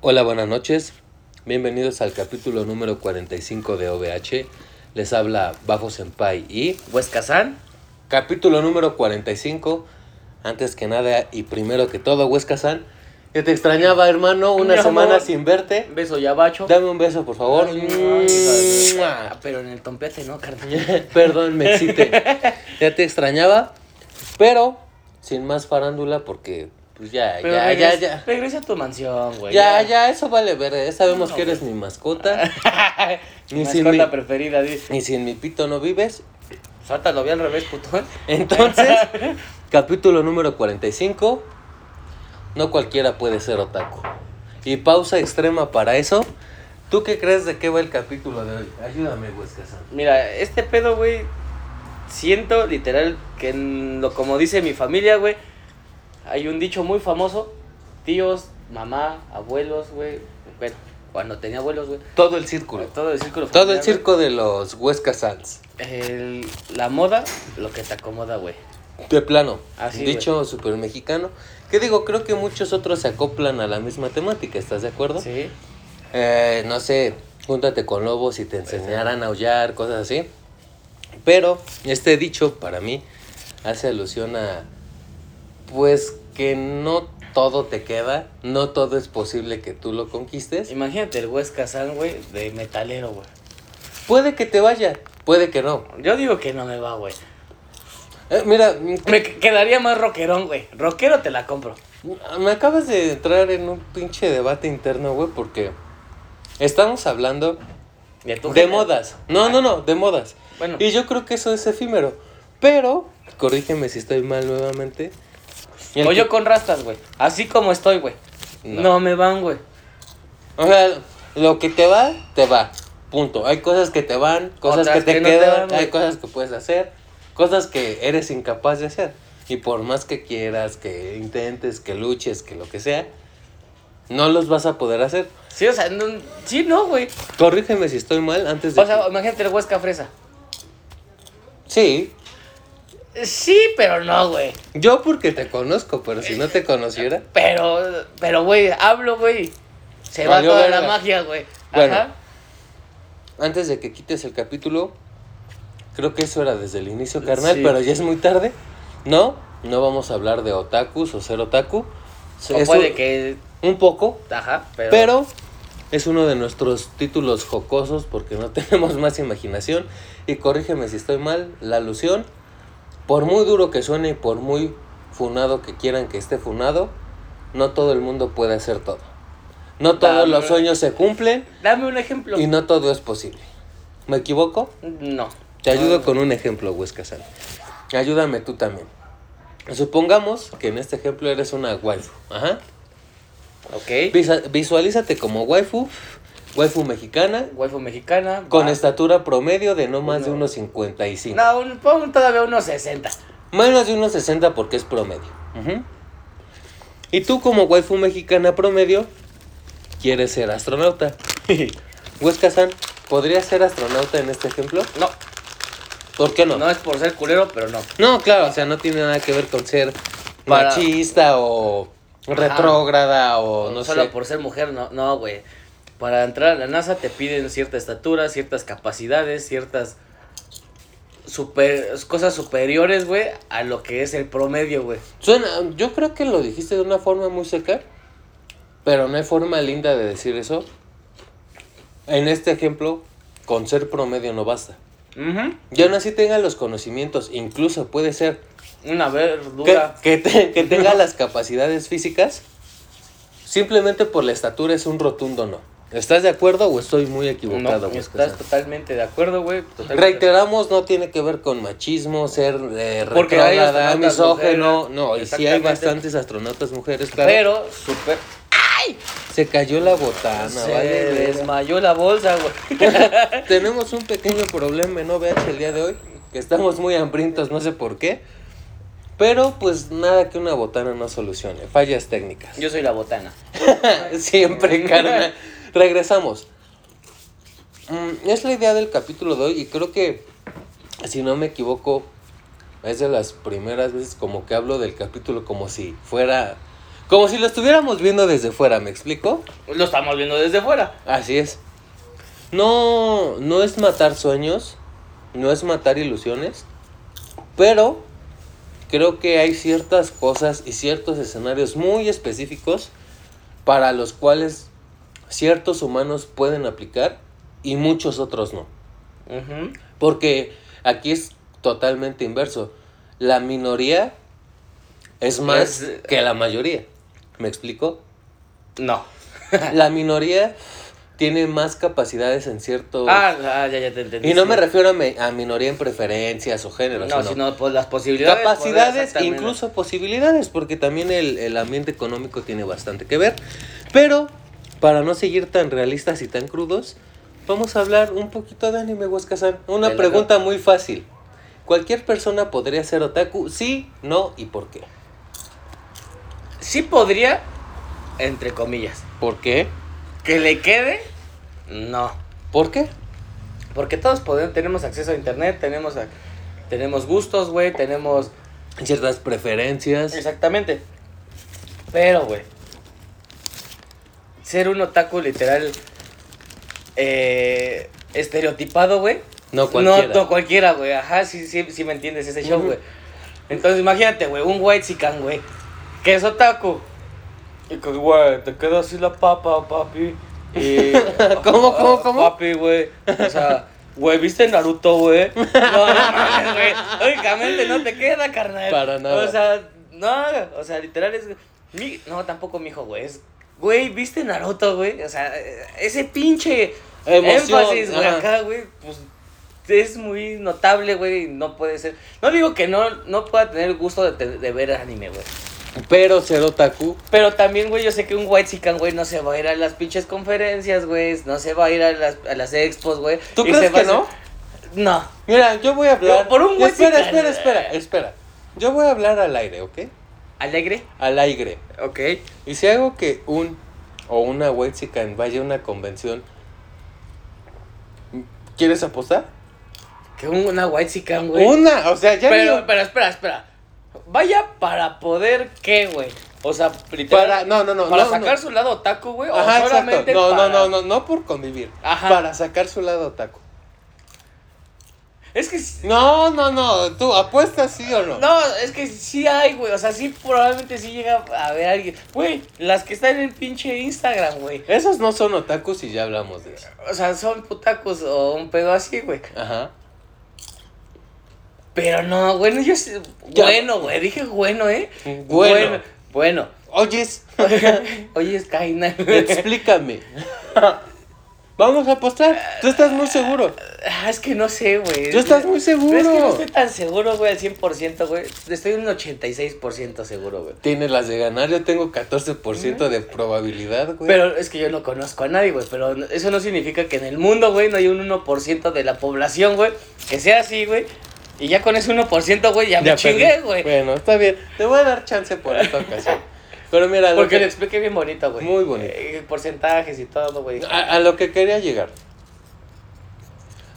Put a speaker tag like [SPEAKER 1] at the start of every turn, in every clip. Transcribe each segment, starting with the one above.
[SPEAKER 1] Hola, buenas noches. Bienvenidos al capítulo número 45 de OVH. Les habla Bajo Senpai y
[SPEAKER 2] Huesca San.
[SPEAKER 1] capítulo número 45. Antes que nada y primero que todo, Huesca San, yo te extrañaba, hermano, una
[SPEAKER 2] Mi
[SPEAKER 1] semana
[SPEAKER 2] amor.
[SPEAKER 1] sin verte.
[SPEAKER 2] Beso y abacho.
[SPEAKER 1] Dame un beso, por favor.
[SPEAKER 2] Ay, ay,
[SPEAKER 1] Mua.
[SPEAKER 2] Pero en el tompete, ¿no, carnal?
[SPEAKER 1] Perdón, me excité. Ya te extrañaba, pero sin más farándula porque pues ya,
[SPEAKER 2] Pero
[SPEAKER 1] ya, ya,
[SPEAKER 2] regresa,
[SPEAKER 1] ya.
[SPEAKER 2] Regresa a tu mansión, güey.
[SPEAKER 1] Ya, ya, eso vale ver, ya sabemos
[SPEAKER 2] No,
[SPEAKER 1] que eres mi mascota.
[SPEAKER 2] Mi
[SPEAKER 1] Ni sin
[SPEAKER 2] mascota
[SPEAKER 1] mi-
[SPEAKER 2] preferida, dice.
[SPEAKER 1] Y si en mi pito no vives,
[SPEAKER 2] Sáltalo, ve al revés, putón.
[SPEAKER 1] entonces, capítulo número 45, no cualquiera puede ser otaku. Y pausa extrema para eso. ¿Tú qué crees de qué va el capítulo de hoy? Ayúdame, Huesca-san.
[SPEAKER 2] Mira, este pedo, güey. Siento literal que, en lo, como dice mi familia, güey, hay un dicho muy famoso: tíos, mamá, abuelos, güey. Bueno, cuando tenía abuelos, güey.
[SPEAKER 1] Todo el círculo.
[SPEAKER 2] Todo el círculo.
[SPEAKER 1] Todo el
[SPEAKER 2] familiar, güey.
[SPEAKER 1] circo de los Huesca Sans.
[SPEAKER 2] El- la moda, lo que te acomoda, güey.
[SPEAKER 1] De plano.
[SPEAKER 2] Así,
[SPEAKER 1] dicho super mexicano. Que digo, creo que muchos otros se acoplan a la misma temática, ¿estás de acuerdo?
[SPEAKER 2] Sí.
[SPEAKER 1] Eh, no sé, júntate con lobos y te enseñarán a aullar, cosas así. Pero este dicho para mí hace alusión a, pues que no todo te queda, no todo es posible que tú lo conquistes.
[SPEAKER 2] Imagínate el Huesca San, güey, de metalero, güey.
[SPEAKER 1] Puede que te vaya, puede que no.
[SPEAKER 2] Yo digo que no me va, güey.
[SPEAKER 1] Eh, mira, me,
[SPEAKER 2] Me qu- quedaría más rockerón, güey. Rockero te la compro.
[SPEAKER 1] me acabas de entrar en un pinche debate interno, güey, porque estamos hablando
[SPEAKER 2] De, tu
[SPEAKER 1] de
[SPEAKER 2] género.
[SPEAKER 1] modas. No, no, no, de modas.
[SPEAKER 2] Bueno,
[SPEAKER 1] Y yo creo que eso es efímero. Pero, corrígeme si estoy mal nuevamente. El
[SPEAKER 2] o
[SPEAKER 1] que-
[SPEAKER 2] yo con rastas, güey. Así como estoy, güey.
[SPEAKER 1] No.
[SPEAKER 2] No. me van, güey.
[SPEAKER 1] o sea, lo que te va, te va. Punto. Hay cosas que te van, cosas
[SPEAKER 2] Otras
[SPEAKER 1] que te
[SPEAKER 2] que no te
[SPEAKER 1] quedan,
[SPEAKER 2] van, güey.
[SPEAKER 1] hay cosas que puedes hacer, cosas que eres incapaz de hacer. Y por más que quieras, que intentes, que luches, que lo que sea, no los vas a poder hacer.
[SPEAKER 2] Sí, o sea, no, sí, no, güey.
[SPEAKER 1] Corrígeme si estoy mal antes de...
[SPEAKER 2] O sea,
[SPEAKER 1] Pues que-
[SPEAKER 2] imagínate el Huesca Fresa.
[SPEAKER 1] Sí,
[SPEAKER 2] Sí, pero no, güey.
[SPEAKER 1] yo porque te conozco, pero si no te conociera...
[SPEAKER 2] Pero, pero, güey, hablo, güey. Se va
[SPEAKER 1] Valió
[SPEAKER 2] toda la
[SPEAKER 1] verga.
[SPEAKER 2] magia, güey.
[SPEAKER 1] Bueno.
[SPEAKER 2] Ajá.
[SPEAKER 1] antes de que quites el capítulo, creo que eso era desde el inicio, carnal,
[SPEAKER 2] Sí.
[SPEAKER 1] pero ya es muy tarde. No, no vamos a hablar de otakus o ser otaku.
[SPEAKER 2] O
[SPEAKER 1] Es
[SPEAKER 2] puede
[SPEAKER 1] un-
[SPEAKER 2] que.
[SPEAKER 1] Un poco,
[SPEAKER 2] Ajá, pero.
[SPEAKER 1] pero es uno de nuestros títulos jocosos porque no tenemos más imaginación. Y corrígeme si estoy mal, la alusión, por muy duro que suene y por muy funado que quieran que esté funado, no todo el mundo puede hacer todo. No todos
[SPEAKER 2] Dame-
[SPEAKER 1] los sueños se cumplen
[SPEAKER 2] Dame un ejemplo.
[SPEAKER 1] y no todo es posible. ¿Me equivoco?
[SPEAKER 2] No.
[SPEAKER 1] Te ayudo
[SPEAKER 2] Ah.
[SPEAKER 1] con un ejemplo, Huesca San. Ayúdame tú también. Supongamos que en este ejemplo eres una waifu. Ajá.
[SPEAKER 2] Ok.
[SPEAKER 1] Visa- Visualízate como waifu, waifu mexicana,
[SPEAKER 2] Waifu mexicana.
[SPEAKER 1] con
[SPEAKER 2] va.
[SPEAKER 1] estatura promedio de no más de
[SPEAKER 2] No.
[SPEAKER 1] unos 55.
[SPEAKER 2] No, un, pon todavía unos 60.
[SPEAKER 1] Menos de unos 60 porque es promedio. Ujú. Y tú como waifu mexicana promedio, quieres ser astronauta. Huesca San, ¿podrías ser astronauta en este ejemplo?
[SPEAKER 2] No,
[SPEAKER 1] ¿Por qué
[SPEAKER 2] no, es por ser culero, pero no.
[SPEAKER 1] No, claro, o sea, no tiene nada que ver con ser
[SPEAKER 2] Para-
[SPEAKER 1] machista o retrógrada o no
[SPEAKER 2] Solo
[SPEAKER 1] sé.
[SPEAKER 2] por ser mujer, no, no, güey. Para entrar a la NASA te piden cierta estatura, ciertas capacidades, ciertas super, cosas superiores, güey, a lo que es el promedio, güey.
[SPEAKER 1] Suena, yo creo que lo dijiste de una forma muy seca, pero no hay forma linda de decir eso. En este ejemplo, con ser promedio no basta. Y aún así tenga los conocimientos, incluso puede ser
[SPEAKER 2] Una
[SPEAKER 1] que,
[SPEAKER 2] verdura.
[SPEAKER 1] que te- que tenga las capacidades físicas, simplemente por la estatura es un rotundo no. ¿Estás de acuerdo o estoy muy equivocado?
[SPEAKER 2] No,
[SPEAKER 1] Huesca
[SPEAKER 2] estás
[SPEAKER 1] San?
[SPEAKER 2] totalmente de acuerdo, güey. totalmente.
[SPEAKER 1] Reiteramos, no tiene que ver con machismo, ser eh,
[SPEAKER 2] Porque hay
[SPEAKER 1] retrógrada,
[SPEAKER 2] astronautas
[SPEAKER 1] misógeno.
[SPEAKER 2] mujeres,
[SPEAKER 1] No, y sí hay
[SPEAKER 2] exactamente.
[SPEAKER 1] bastantes astronautas mujeres, claro.
[SPEAKER 2] Pero, super.
[SPEAKER 1] se cayó la botana,
[SPEAKER 2] se
[SPEAKER 1] Ah, vale, verga.
[SPEAKER 2] desmayó la bolsa, güey.
[SPEAKER 1] Tenemos un pequeño problema en OVH el día de hoy, que estamos muy hambrientos, no sé por qué. Pero pues nada que una botana no solucione, fallas técnicas.
[SPEAKER 2] Yo soy la botana.
[SPEAKER 1] Siempre, carnal. Regresamos. Mm, es la idea del capítulo de hoy y creo que, si no me equivoco, es de las primeras veces como que hablo del capítulo como si fuera... Como si lo estuviéramos viendo desde fuera, ¿me explico?
[SPEAKER 2] Lo estamos viendo desde fuera.
[SPEAKER 1] Así es. No, no es matar sueños, no es matar ilusiones, pero creo que hay ciertas cosas y ciertos escenarios muy específicos para los cuales ciertos humanos pueden aplicar y muchos otros no.
[SPEAKER 2] Ujú.
[SPEAKER 1] Porque aquí es totalmente inverso. La minoría es más
[SPEAKER 2] Es-
[SPEAKER 1] que la mayoría. ¿Me explico?
[SPEAKER 2] No.
[SPEAKER 1] La minoría tiene más capacidades en cierto...
[SPEAKER 2] Ah, ah, ya, ya te entendí.
[SPEAKER 1] y no
[SPEAKER 2] sí.
[SPEAKER 1] me refiero a, me- a minoría en preferencias o géneros.
[SPEAKER 2] No,
[SPEAKER 1] sino
[SPEAKER 2] sino por las posibilidades.
[SPEAKER 1] capacidades e
[SPEAKER 2] poder,
[SPEAKER 1] incluso posibilidades, porque también el, el ambiente económico tiene bastante que ver. Pero, para no seguir tan realistas y tan crudos, vamos a hablar un poquito de anime, Huascazán. Una
[SPEAKER 2] Venga.
[SPEAKER 1] pregunta muy fácil. ¿Cualquier persona podría ser otaku? Sí, no y por qué.
[SPEAKER 2] exactamente. Sí podría, entre comillas.
[SPEAKER 1] ¿Por qué?
[SPEAKER 2] Que le quede, no.
[SPEAKER 1] ¿Por qué?
[SPEAKER 2] Porque todos podemos, tenemos acceso a internet, tenemos, a- tenemos gustos, güey, tenemos...
[SPEAKER 1] Ciertas preferencias.
[SPEAKER 2] Exactamente. Pero, güey. Ser un otaku literal... eh, estereotipado, güey.
[SPEAKER 1] No cualquiera.
[SPEAKER 2] No, no cualquiera, güey. Ajá, sí, sí, sí me entiendes ese show,
[SPEAKER 1] Ujú.
[SPEAKER 2] güey. Entonces, imagínate, güey, un white chican, güey. Que es otaku. Y que, güey, te queda así la papa, papi. Y...
[SPEAKER 1] ¿Cómo, cómo, cómo?
[SPEAKER 2] Papi, güey. O sea, güey, ¿viste Naruto, güey? No, no mames, güey. Únicamente no te queda, carnal.
[SPEAKER 1] Para nada.
[SPEAKER 2] O sea, no, o sea, literal es... mi- No, tampoco, mijo, güey. Es... Güey, ¿viste Naruto, güey? O sea, eh, ese pinche...
[SPEAKER 1] Emoción,
[SPEAKER 2] énfasis, güey,
[SPEAKER 1] ajá.
[SPEAKER 2] acá, güey, pues es muy notable, güey, y no puede ser. No digo que no, no pueda tener el gusto de, te- de ver anime, güey.
[SPEAKER 1] Pero ser otaku
[SPEAKER 2] Pero también, güey, yo sé que un white chican, güey, no se va a ir a las pinches conferencias, güey, no se va a ir a las, a las expos, güey.
[SPEAKER 1] ¿Tú
[SPEAKER 2] y
[SPEAKER 1] crees
[SPEAKER 2] se va
[SPEAKER 1] que
[SPEAKER 2] a hacer-
[SPEAKER 1] no?
[SPEAKER 2] No.
[SPEAKER 1] Mira, yo voy a hablar.
[SPEAKER 2] Yo por un güey
[SPEAKER 1] espera,
[SPEAKER 2] sí
[SPEAKER 1] espera,
[SPEAKER 2] can-
[SPEAKER 1] espera, espera. Yo voy a hablar al aire, ¿ok?
[SPEAKER 2] ¿Alegre?
[SPEAKER 1] Al aire.
[SPEAKER 2] Ok.
[SPEAKER 1] Y si hago que un o una Wexican vaya a una convención, ¿quieres apostar?
[SPEAKER 2] Que un- una white chican, güey.
[SPEAKER 1] Una, o sea, ya
[SPEAKER 2] Pero,
[SPEAKER 1] ni-
[SPEAKER 2] pero espera, espera. Vaya para poder qué, güey. O sea, literal,
[SPEAKER 1] para no, no, no,
[SPEAKER 2] para
[SPEAKER 1] no,
[SPEAKER 2] sacar
[SPEAKER 1] no.
[SPEAKER 2] su lado otaku, güey. o
[SPEAKER 1] Ajá,
[SPEAKER 2] solamente
[SPEAKER 1] exacto. No,
[SPEAKER 2] para-
[SPEAKER 1] no, no, no, no por convivir.
[SPEAKER 2] Ajá.
[SPEAKER 1] Para sacar su lado taco.
[SPEAKER 2] Es que s-
[SPEAKER 1] No, no, no, tú apuestas sí o no.
[SPEAKER 2] No, es que sí hay, güey. O sea, sí probablemente sí llega a haber alguien. Güey, las que están en pinche Instagram, güey.
[SPEAKER 1] Esos no son otakus y ya hablamos de eso.
[SPEAKER 2] O sea, son putacos o un pedo así, güey.
[SPEAKER 1] Ajá.
[SPEAKER 2] Pero no, bueno, yo sí-
[SPEAKER 1] Ya.
[SPEAKER 2] Bueno, güey. Dije bueno, ¿eh?
[SPEAKER 1] Bueno.
[SPEAKER 2] Bueno.
[SPEAKER 1] Oyes,
[SPEAKER 2] Oye, Skynet.
[SPEAKER 1] explícame. Vamos a apostar. Tú estás muy seguro.
[SPEAKER 2] Ah, es que no sé, güey.
[SPEAKER 1] Tú estás muy seguro.
[SPEAKER 2] Es que no estoy tan seguro, güey, al 100%, güey. Estoy un 86% seguro, güey.
[SPEAKER 1] Tienes las de ganar, yo tengo 14% de probabilidad, güey.
[SPEAKER 2] Pero es que yo no conozco a nadie, güey. Pero no- eso no significa que en el mundo, güey, no hay un 1% de la población, güey, que sea así, güey. Y ya con ese 1%, güey, ya, me
[SPEAKER 1] perdí.
[SPEAKER 2] chingué, güey.
[SPEAKER 1] Bueno, está bien. Te voy a dar chance por esta ocasión. Pero mira, a lo,
[SPEAKER 2] Porque lo
[SPEAKER 1] que,
[SPEAKER 2] expliqué bien bonito, güey.
[SPEAKER 1] Muy bonito. Ah,
[SPEAKER 2] Eh, porcentajes y todo, güey.
[SPEAKER 1] a- a lo que quería llegar.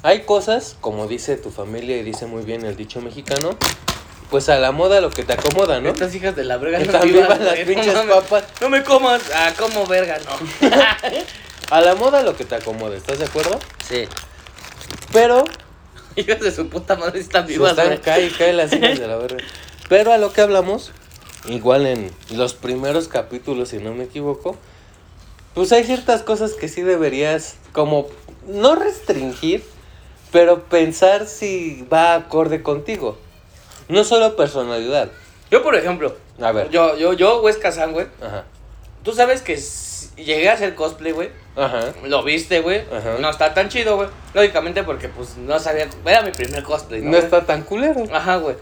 [SPEAKER 1] Hay cosas, como dice tu familia y dice muy bien el dicho mexicano, pues a la moda lo que te acomoda, ¿no?
[SPEAKER 2] Estas hijas de la verga
[SPEAKER 1] Están vivas
[SPEAKER 2] vivas,
[SPEAKER 1] las
[SPEAKER 2] güey,
[SPEAKER 1] pinches
[SPEAKER 2] mames.
[SPEAKER 1] papas.
[SPEAKER 2] No me comas. Ah, como verga, no.
[SPEAKER 1] A la moda lo que te acomoda, ¿estás de acuerdo?
[SPEAKER 2] Sí.
[SPEAKER 1] Pero
[SPEAKER 2] Hijas de su puta madre están
[SPEAKER 1] Sí,
[SPEAKER 2] vivas,
[SPEAKER 1] están
[SPEAKER 2] güey.
[SPEAKER 1] cae y cae las hijas de la verga. Pero a lo que hablamos, igual en los primeros capítulos, si no me equivoco, pues hay ciertas cosas que sí deberías, como, no restringir, pero pensar si va acorde contigo. No solo personalidad.
[SPEAKER 2] Yo, por ejemplo,
[SPEAKER 1] A ver.
[SPEAKER 2] yo, yo, yo, Wes Kazan, güey.
[SPEAKER 1] Ajá.
[SPEAKER 2] Tú sabes que s- llegué a hacer cosplay, güey.
[SPEAKER 1] Ajá.
[SPEAKER 2] Lo viste, güey.
[SPEAKER 1] Ajá.
[SPEAKER 2] No está tan chido, güey. Lógicamente porque pues no sabía. Era mi primer cosplay, ¿no?
[SPEAKER 1] No
[SPEAKER 2] güey?
[SPEAKER 1] está tan culero.
[SPEAKER 2] Ajá, güey.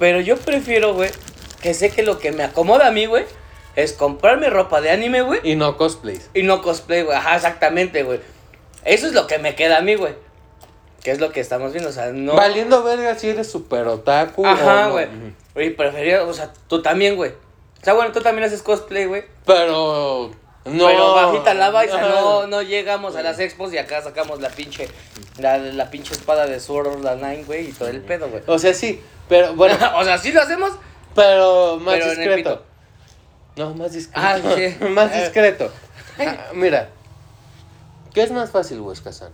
[SPEAKER 2] Pero yo prefiero, güey, que sé que lo que me acomoda a mí, güey, es comprarme ropa de anime, güey.
[SPEAKER 1] Y no cosplays.
[SPEAKER 2] Y no cosplay, güey. Ajá, exactamente, güey. Eso es lo que me queda a mí, güey. Que es lo que estamos viendo, o sea, no.
[SPEAKER 1] Valiendo verga si eres super otaku o
[SPEAKER 2] Ajá,
[SPEAKER 1] no.
[SPEAKER 2] güey.
[SPEAKER 1] Ujú.
[SPEAKER 2] Y prefería, o sea, tú también, güey. O sea, bueno, tú también haces cosplay, güey.
[SPEAKER 1] Pero. No.
[SPEAKER 2] Pero bajita la baisa,
[SPEAKER 1] Ajá.
[SPEAKER 2] no, no llegamos a las expos y acá sacamos la pinche, la, la pinche espada de Sword of the Nine, güey, y todo el pedo, güey.
[SPEAKER 1] O sea, sí. Pero bueno,
[SPEAKER 2] o sea, sí lo hacemos,
[SPEAKER 1] Pero más
[SPEAKER 2] Pero en el
[SPEAKER 1] discreto.
[SPEAKER 2] pito.
[SPEAKER 1] No, más discreto.
[SPEAKER 2] Ah, sí.
[SPEAKER 1] más discreto. Ah, mira, ¿qué es más fácil, Huescazán?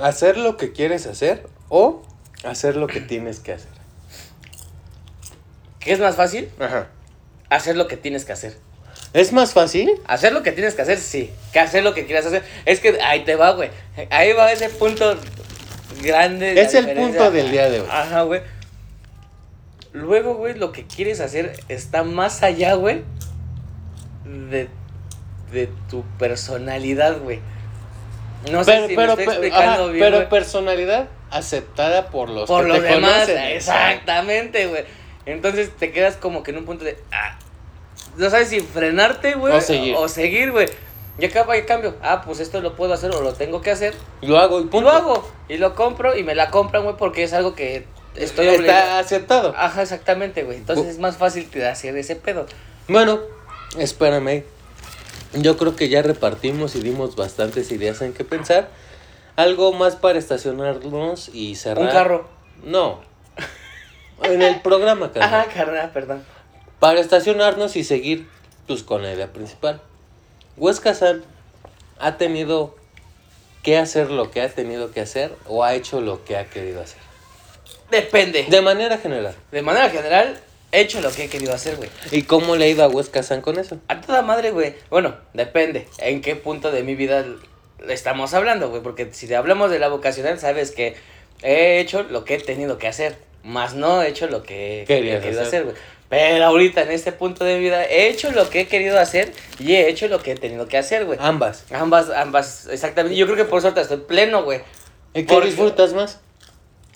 [SPEAKER 1] ¿Hacer lo que quieres hacer o hacer lo que tienes que hacer?
[SPEAKER 2] ¿Qué es más fácil?
[SPEAKER 1] Ajá.
[SPEAKER 2] Hacer lo que tienes que hacer.
[SPEAKER 1] ¿Es más fácil?
[SPEAKER 2] Hacer lo que tienes que hacer, sí. Que hacer lo que quieras hacer. Es que ahí te va, güey. Ahí va ese punto grande. la
[SPEAKER 1] Es el
[SPEAKER 2] diferencia.
[SPEAKER 1] punto del día de hoy.
[SPEAKER 2] Ajá, güey. Luego, güey, lo que quieres hacer está más allá, güey. De, de tu personalidad, güey. No sé si me estoy explicando
[SPEAKER 1] ajá,
[SPEAKER 2] bien.
[SPEAKER 1] pero
[SPEAKER 2] güey.
[SPEAKER 1] personalidad aceptada por los
[SPEAKER 2] por
[SPEAKER 1] que
[SPEAKER 2] los
[SPEAKER 1] te
[SPEAKER 2] demás.
[SPEAKER 1] conocen.
[SPEAKER 2] Exactamente, güey. Entonces te quedas como que en un punto de. ah, no sabes si frenarte, güey.
[SPEAKER 1] O seguir.
[SPEAKER 2] O seguir, güey. Y acá va el cambio. Ah, pues esto lo puedo hacer o lo tengo que hacer.
[SPEAKER 1] Lo hago y punto.
[SPEAKER 2] Lo hago y lo compro y me la compran, güey, porque es algo que estoy
[SPEAKER 1] Está
[SPEAKER 2] obligado.
[SPEAKER 1] aceptado.
[SPEAKER 2] Ajá, exactamente, güey. Entonces es más fácil te hacer ese pedo.
[SPEAKER 1] Bueno, espérame. Yo creo que ya repartimos y dimos bastantes ideas en qué pensar. Algo más para estacionarnos y cerrar.
[SPEAKER 2] Un carro.
[SPEAKER 1] No. En el programa, carnal.
[SPEAKER 2] Ajá, carnal, perdón.
[SPEAKER 1] Para estacionarnos y seguir pues, con la idea principal. Huesca San ha tenido que hacer lo que ha tenido que hacer o ha hecho lo que ha querido hacer.
[SPEAKER 2] Depende. De,
[SPEAKER 1] De manera general.
[SPEAKER 2] manera general, he hecho lo que he querido hacer, güey.
[SPEAKER 1] ¿Y cómo le ha ido a Huesca San con eso?
[SPEAKER 2] A toda madre, güey. Bueno, depende en qué punto de mi vida l- estamos hablando, güey. Porque si te hablamos de la vocacional, sabes que he hecho lo que he tenido que hacer. Más no he hecho lo que he
[SPEAKER 1] Querías
[SPEAKER 2] querido
[SPEAKER 1] hacer.
[SPEAKER 2] hacer, güey. Pero ahorita, en este punto de mi vida, he hecho lo que he querido hacer y he hecho lo que he tenido que hacer, güey.
[SPEAKER 1] Ambas.
[SPEAKER 2] Ambas, ambas, exactamente. Yo creo que por suerte estoy pleno, güey.
[SPEAKER 1] ¿Y qué
[SPEAKER 2] Porque-
[SPEAKER 1] disfrutas más?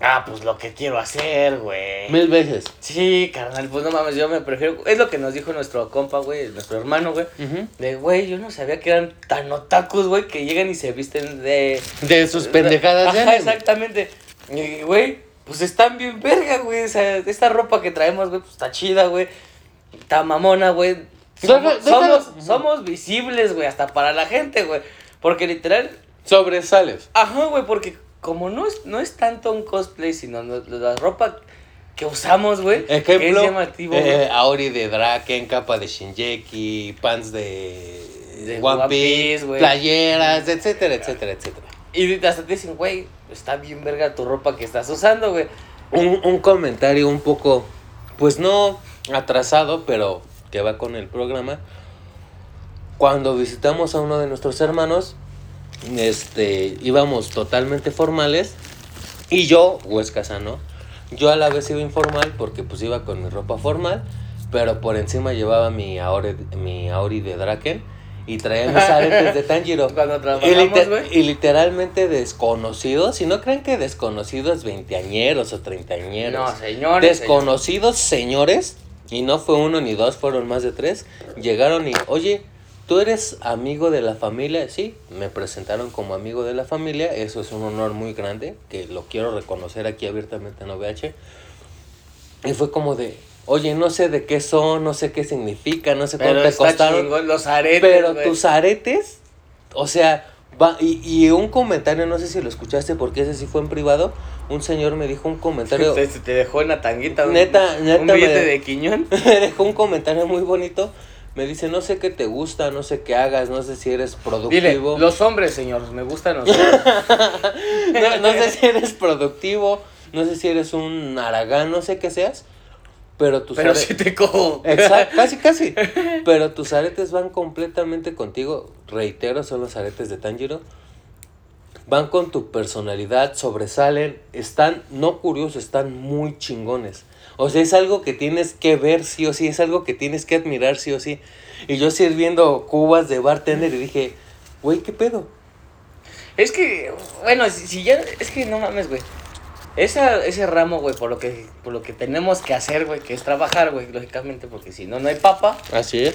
[SPEAKER 2] Ah, pues lo que quiero hacer, güey.
[SPEAKER 1] Mil veces.
[SPEAKER 2] Sí, carnal, pues no mames, yo me prefiero. Es lo que nos dijo nuestro compa, güey, nuestro hermano, güey.
[SPEAKER 1] Ujú.
[SPEAKER 2] De, güey, yo no sabía que eran tan otakus, güey, que llegan y se visten de...
[SPEAKER 1] De sus pendejadas de
[SPEAKER 2] Ajá,
[SPEAKER 1] anime.
[SPEAKER 2] exactamente. Y, Güey, pues están bien verga, güey. O sea, esta ropa que traemos, güey, pues está chida, güey. Está mamona, güey.
[SPEAKER 1] Deja-
[SPEAKER 2] Somos,
[SPEAKER 1] déjalo.
[SPEAKER 2] somos, somos visibles, güey, hasta para la gente, güey. Porque literal...
[SPEAKER 1] Sobresales.
[SPEAKER 2] Ajá, güey, porque como no es, no es tanto un cosplay, sino la, la ropa que usamos, güey. que
[SPEAKER 1] Ejemplo,
[SPEAKER 2] es llamativo, güey.
[SPEAKER 1] eh, Aori de Draken, capa de Shinjeki, pants de,
[SPEAKER 2] De
[SPEAKER 1] One
[SPEAKER 2] One
[SPEAKER 1] Piece,
[SPEAKER 2] Piece, güey.
[SPEAKER 1] playeras, etcétera, etcétera, etcétera.
[SPEAKER 2] Y hasta te dicen, güey, está bien verga tu ropa que estás usando, güey.
[SPEAKER 1] Un, un comentario un poco, pues no atrasado, pero que va con el programa. Cuando visitamos a uno de nuestros hermanos, este, íbamos totalmente formales. Y yo, Huesca Sano, yo a la vez iba informal porque pues iba con mi ropa formal, pero por encima llevaba mi Aori, mi Aori de Draken y traía mis aretes de Tanjiro.
[SPEAKER 2] Cuando
[SPEAKER 1] Y,
[SPEAKER 2] trabajamos,
[SPEAKER 1] liter-
[SPEAKER 2] güey.
[SPEAKER 1] y literalmente desconocidos, y no creen que desconocidos veinteañeros o treintañeros.
[SPEAKER 2] No, señores.
[SPEAKER 1] desconocidos señores, y no fue uno ni dos, fueron más de tres, llegaron y, oye, ¿tú eres amigo de la familia? Sí, me presentaron como amigo de la familia, eso es un honor muy grande, que lo quiero reconocer aquí abiertamente en OVH. Y fue como de, oye, no sé de qué son, no sé qué significa, no sé
[SPEAKER 2] Pero
[SPEAKER 1] cuánto te
[SPEAKER 2] está
[SPEAKER 1] costaron.
[SPEAKER 2] chingón los aretes,
[SPEAKER 1] Pero
[SPEAKER 2] güey.
[SPEAKER 1] tus aretes, o sea, va, y, y un comentario, no sé si lo escuchaste porque ese sí fue en privado, un señor me dijo un comentario,
[SPEAKER 2] te, te dejó una tanguita. un-
[SPEAKER 1] Neta, neta
[SPEAKER 2] Un
[SPEAKER 1] me-
[SPEAKER 2] billete de quiñón.
[SPEAKER 1] me dejó un comentario muy bonito, me dice, no sé qué te gusta, no sé qué hagas, no sé si eres
[SPEAKER 2] Dile,
[SPEAKER 1] productivo,
[SPEAKER 2] los hombres, señor, me gustan los hombres.
[SPEAKER 1] no, no sé si eres productivo, no sé si eres un aragán, no sé qué seas, pero tus
[SPEAKER 2] pero
[SPEAKER 1] are- Eh,
[SPEAKER 2] si te cojo.
[SPEAKER 1] Exacto, casi, casi. Pero tus aretes van completamente contigo. Reitero, son los aretes de Tanjiro. Van con tu personalidad, sobresalen, están no curiosos, están muy chingones. O sea, es algo que tienes que ver sí o sí, es algo que tienes que admirar sí o sí. Y yo sirviendo cubas de bartender y dije, güey, ¿qué pedo?
[SPEAKER 2] Es que, bueno, si, si ya. Es que no mames, güey. Esa, ese ramo, güey, por lo que por lo que tenemos que hacer, güey, que es trabajar, güey, lógicamente, porque si no, no hay papa.
[SPEAKER 1] Así es.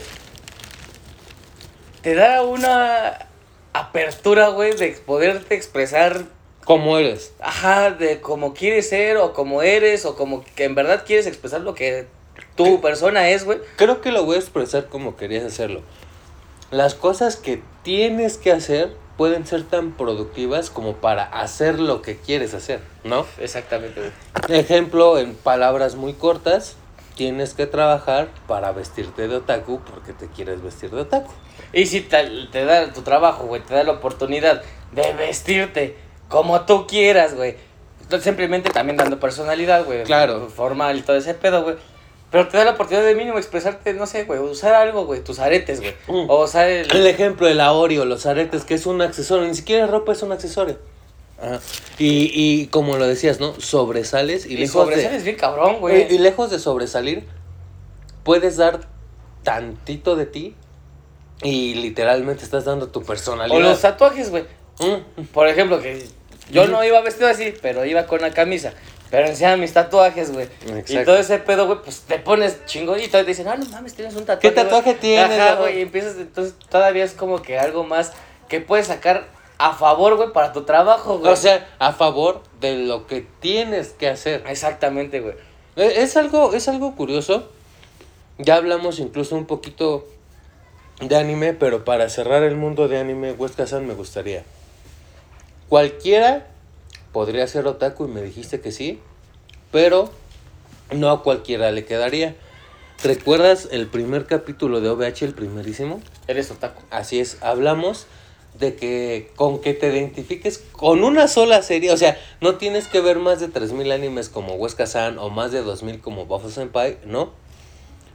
[SPEAKER 2] Te da una apertura, güey, de poderte expresar
[SPEAKER 1] ¿Cómo eres?
[SPEAKER 2] Ajá, de como quieres ser o como eres o como que en verdad quieres expresar lo que tu persona es, güey.
[SPEAKER 1] Creo que lo voy a expresar como querías hacerlo. Las cosas que tienes que hacer pueden ser tan productivas como para hacer lo que quieres hacer, ¿no?
[SPEAKER 2] Exactamente, güey.
[SPEAKER 1] Ejemplo en palabras muy cortas, tienes que trabajar para vestirte de otaku porque te quieres vestir de otaku.
[SPEAKER 2] Y si te, te da tu trabajo, güey, te da la oportunidad de vestirte como tú quieras, güey. Entonces, Simplemente también dando personalidad, güey.
[SPEAKER 1] Claro.
[SPEAKER 2] Formal y todo ese pedo, güey. Pero te da la oportunidad de mínimo expresarte, no sé, güey, usar algo, güey, tus aretes, güey.
[SPEAKER 1] Mm.
[SPEAKER 2] O usar el...
[SPEAKER 1] El ejemplo de la Oreo, los aretes, que es un accesorio, ni siquiera ropa es un accesorio. Ajá. Y, y como lo decías, ¿no? Sobresales y,
[SPEAKER 2] Y,
[SPEAKER 1] lejos
[SPEAKER 2] sobresales bien cabrón,
[SPEAKER 1] de, y, Eh, y
[SPEAKER 2] güey.
[SPEAKER 1] lejos de sobresalir, puedes dar tantito de ti y literalmente estás dando tu personalidad.
[SPEAKER 2] O los tatuajes, güey.
[SPEAKER 1] Mm.
[SPEAKER 2] Por ejemplo, que yo no iba vestido así, pero iba con la camisa. Pero enseñan mis tatuajes, güey.
[SPEAKER 1] Exacto.
[SPEAKER 2] Y todo ese pedo, güey, pues te pones chingón y te dicen, ah, no mames, tienes un tatuaje.
[SPEAKER 1] ¿Qué tatuaje
[SPEAKER 2] güey".
[SPEAKER 1] tienes,
[SPEAKER 2] Ajá,
[SPEAKER 1] güey?
[SPEAKER 2] güey. y empiezas, entonces todavía es como que algo más que puedes sacar a favor, güey, para tu trabajo, güey.
[SPEAKER 1] O sea, a favor de lo que tienes que hacer.
[SPEAKER 2] Exactamente, güey.
[SPEAKER 1] Eh, Es algo, es algo curioso. Ya hablamos incluso un poquito de anime, pero para cerrar el mundo de anime, Huesca-san me gustaría. Cualquiera podría ser otaku y me dijiste que sí, pero no a cualquiera le quedaría. ¿Recuerdas el primer capítulo de OVH, el primerísimo?
[SPEAKER 2] Eres otaku.
[SPEAKER 1] Así es, hablamos de que con que te identifiques con una sola serie, o sea, no tienes que ver más de 3000 animes como Huesca San o más de 2000 como Buffalo Senpai, ¿no?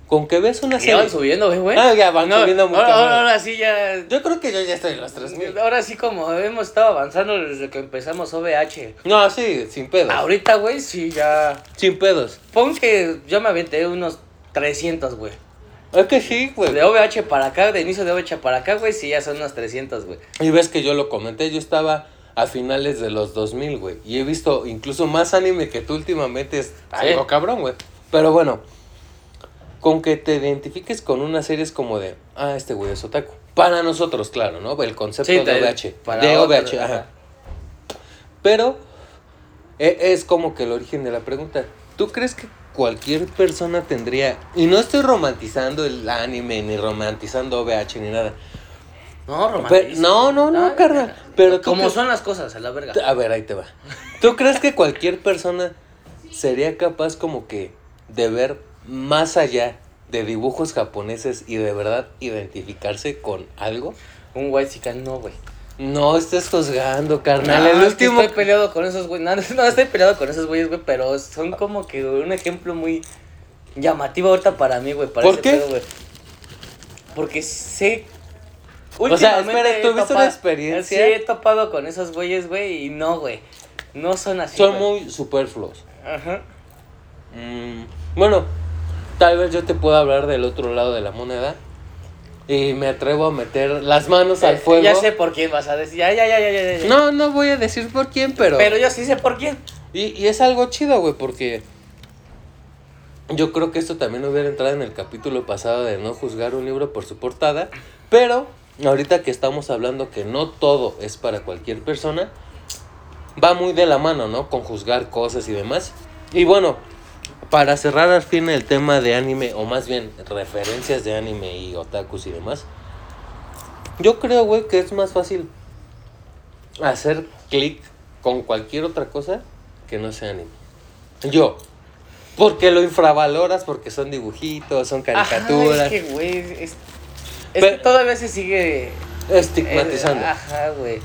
[SPEAKER 1] Con que ves una
[SPEAKER 2] Ya
[SPEAKER 1] serie.
[SPEAKER 2] van subiendo, güey, güey.
[SPEAKER 1] Ah, ya van subiendo muy
[SPEAKER 2] ahora,
[SPEAKER 1] cabrón.
[SPEAKER 2] ahora, ahora sí ya...
[SPEAKER 1] Yo creo que yo ya estoy en los 3000.
[SPEAKER 2] Ahora sí como hemos estado avanzando desde que empezamos OVH.
[SPEAKER 1] No, sí, sin pedos.
[SPEAKER 2] Ahorita, güey, sí ya...
[SPEAKER 1] Sin pedos.
[SPEAKER 2] Pon que yo me aventé unos 300, güey.
[SPEAKER 1] Es que sí, güey.
[SPEAKER 2] De OVH para acá, de inicio de OVH para acá, güey, sí ya son unos 300, güey.
[SPEAKER 1] Y ves que yo lo comenté, yo estaba a finales de los 2000, güey. Y he visto incluso más anime que tú últimamente. Es algo cabrón, güey. Pero bueno, con que te identifiques con una serie es como de, ah, este güey es otaku. Para nosotros, claro, ¿no? El concepto
[SPEAKER 2] Sí,
[SPEAKER 1] de
[SPEAKER 2] te-
[SPEAKER 1] OVH.
[SPEAKER 2] para
[SPEAKER 1] de
[SPEAKER 2] otro,
[SPEAKER 1] OVH, ajá.
[SPEAKER 2] ajá.
[SPEAKER 1] Pero e- es como que el origen de la pregunta. ¿Tú crees que cualquier persona tendría, y no estoy romantizando el anime, ni romantizando OVH, ni nada,
[SPEAKER 2] No,
[SPEAKER 1] Pero- no, no, no,
[SPEAKER 2] Ay,
[SPEAKER 1] carnal.
[SPEAKER 2] verga.
[SPEAKER 1] Pero tú
[SPEAKER 2] Como
[SPEAKER 1] que-
[SPEAKER 2] son las cosas, a la verga.
[SPEAKER 1] A ver, ahí te va. ¿Tú crees que cualquier persona sería capaz como que de ver más allá de dibujos japoneses y de verdad identificarse con algo?
[SPEAKER 2] Un white chican, no, güey.
[SPEAKER 1] No estés juzgando, carnal. el
[SPEAKER 2] No, es que
[SPEAKER 1] último...
[SPEAKER 2] Estoy peleado con esos güeyes. No, no, no estoy peleado con esos güeyes, güey, pero son como que un ejemplo muy llamativo ahorita para mí, güey. para
[SPEAKER 1] ¿Por
[SPEAKER 2] ese
[SPEAKER 1] qué?
[SPEAKER 2] pedo, güey. Porque sé.
[SPEAKER 1] O sea,
[SPEAKER 2] Últimamente
[SPEAKER 1] espera,
[SPEAKER 2] he
[SPEAKER 1] ¿tuviste una
[SPEAKER 2] topa-
[SPEAKER 1] experiencia?
[SPEAKER 2] Sí, he topado con esos güeyes, güey, y no, güey. No son así.
[SPEAKER 1] Son
[SPEAKER 2] güey.
[SPEAKER 1] muy superfluos.
[SPEAKER 2] Ajá.
[SPEAKER 1] Mm, bueno, tal vez yo te pueda hablar del otro lado de la moneda. Y me atrevo a meter las manos al
[SPEAKER 2] Eh,
[SPEAKER 1] fuego.
[SPEAKER 2] Ya sé por quién vas a decir. Ya, ya, ya, ya, ya. ya.
[SPEAKER 1] No, no voy a decir por quién,
[SPEAKER 2] Pero yo sí sé por quién.
[SPEAKER 1] Y, y es algo chido, güey, porque yo creo que esto también hubiera entrado en el capítulo pasado de no juzgar un libro por su portada, pero ahorita que estamos hablando que no todo es para cualquier persona, va muy de la mano, ¿no? Con juzgar cosas y demás. Y bueno, para cerrar al fin el tema de anime, o más bien referencias de anime y otakus y demás, yo creo, güey, que es más fácil hacer clic con cualquier otra cosa que no sea anime. Yo. Porque lo infravaloras, porque son dibujitos, son caricaturas.
[SPEAKER 2] Ajá, es que, güey. Es, es que
[SPEAKER 1] Pero-
[SPEAKER 2] todavía se sigue. eh,
[SPEAKER 1] Estigmatizando. Ah.
[SPEAKER 2] ajá, güey.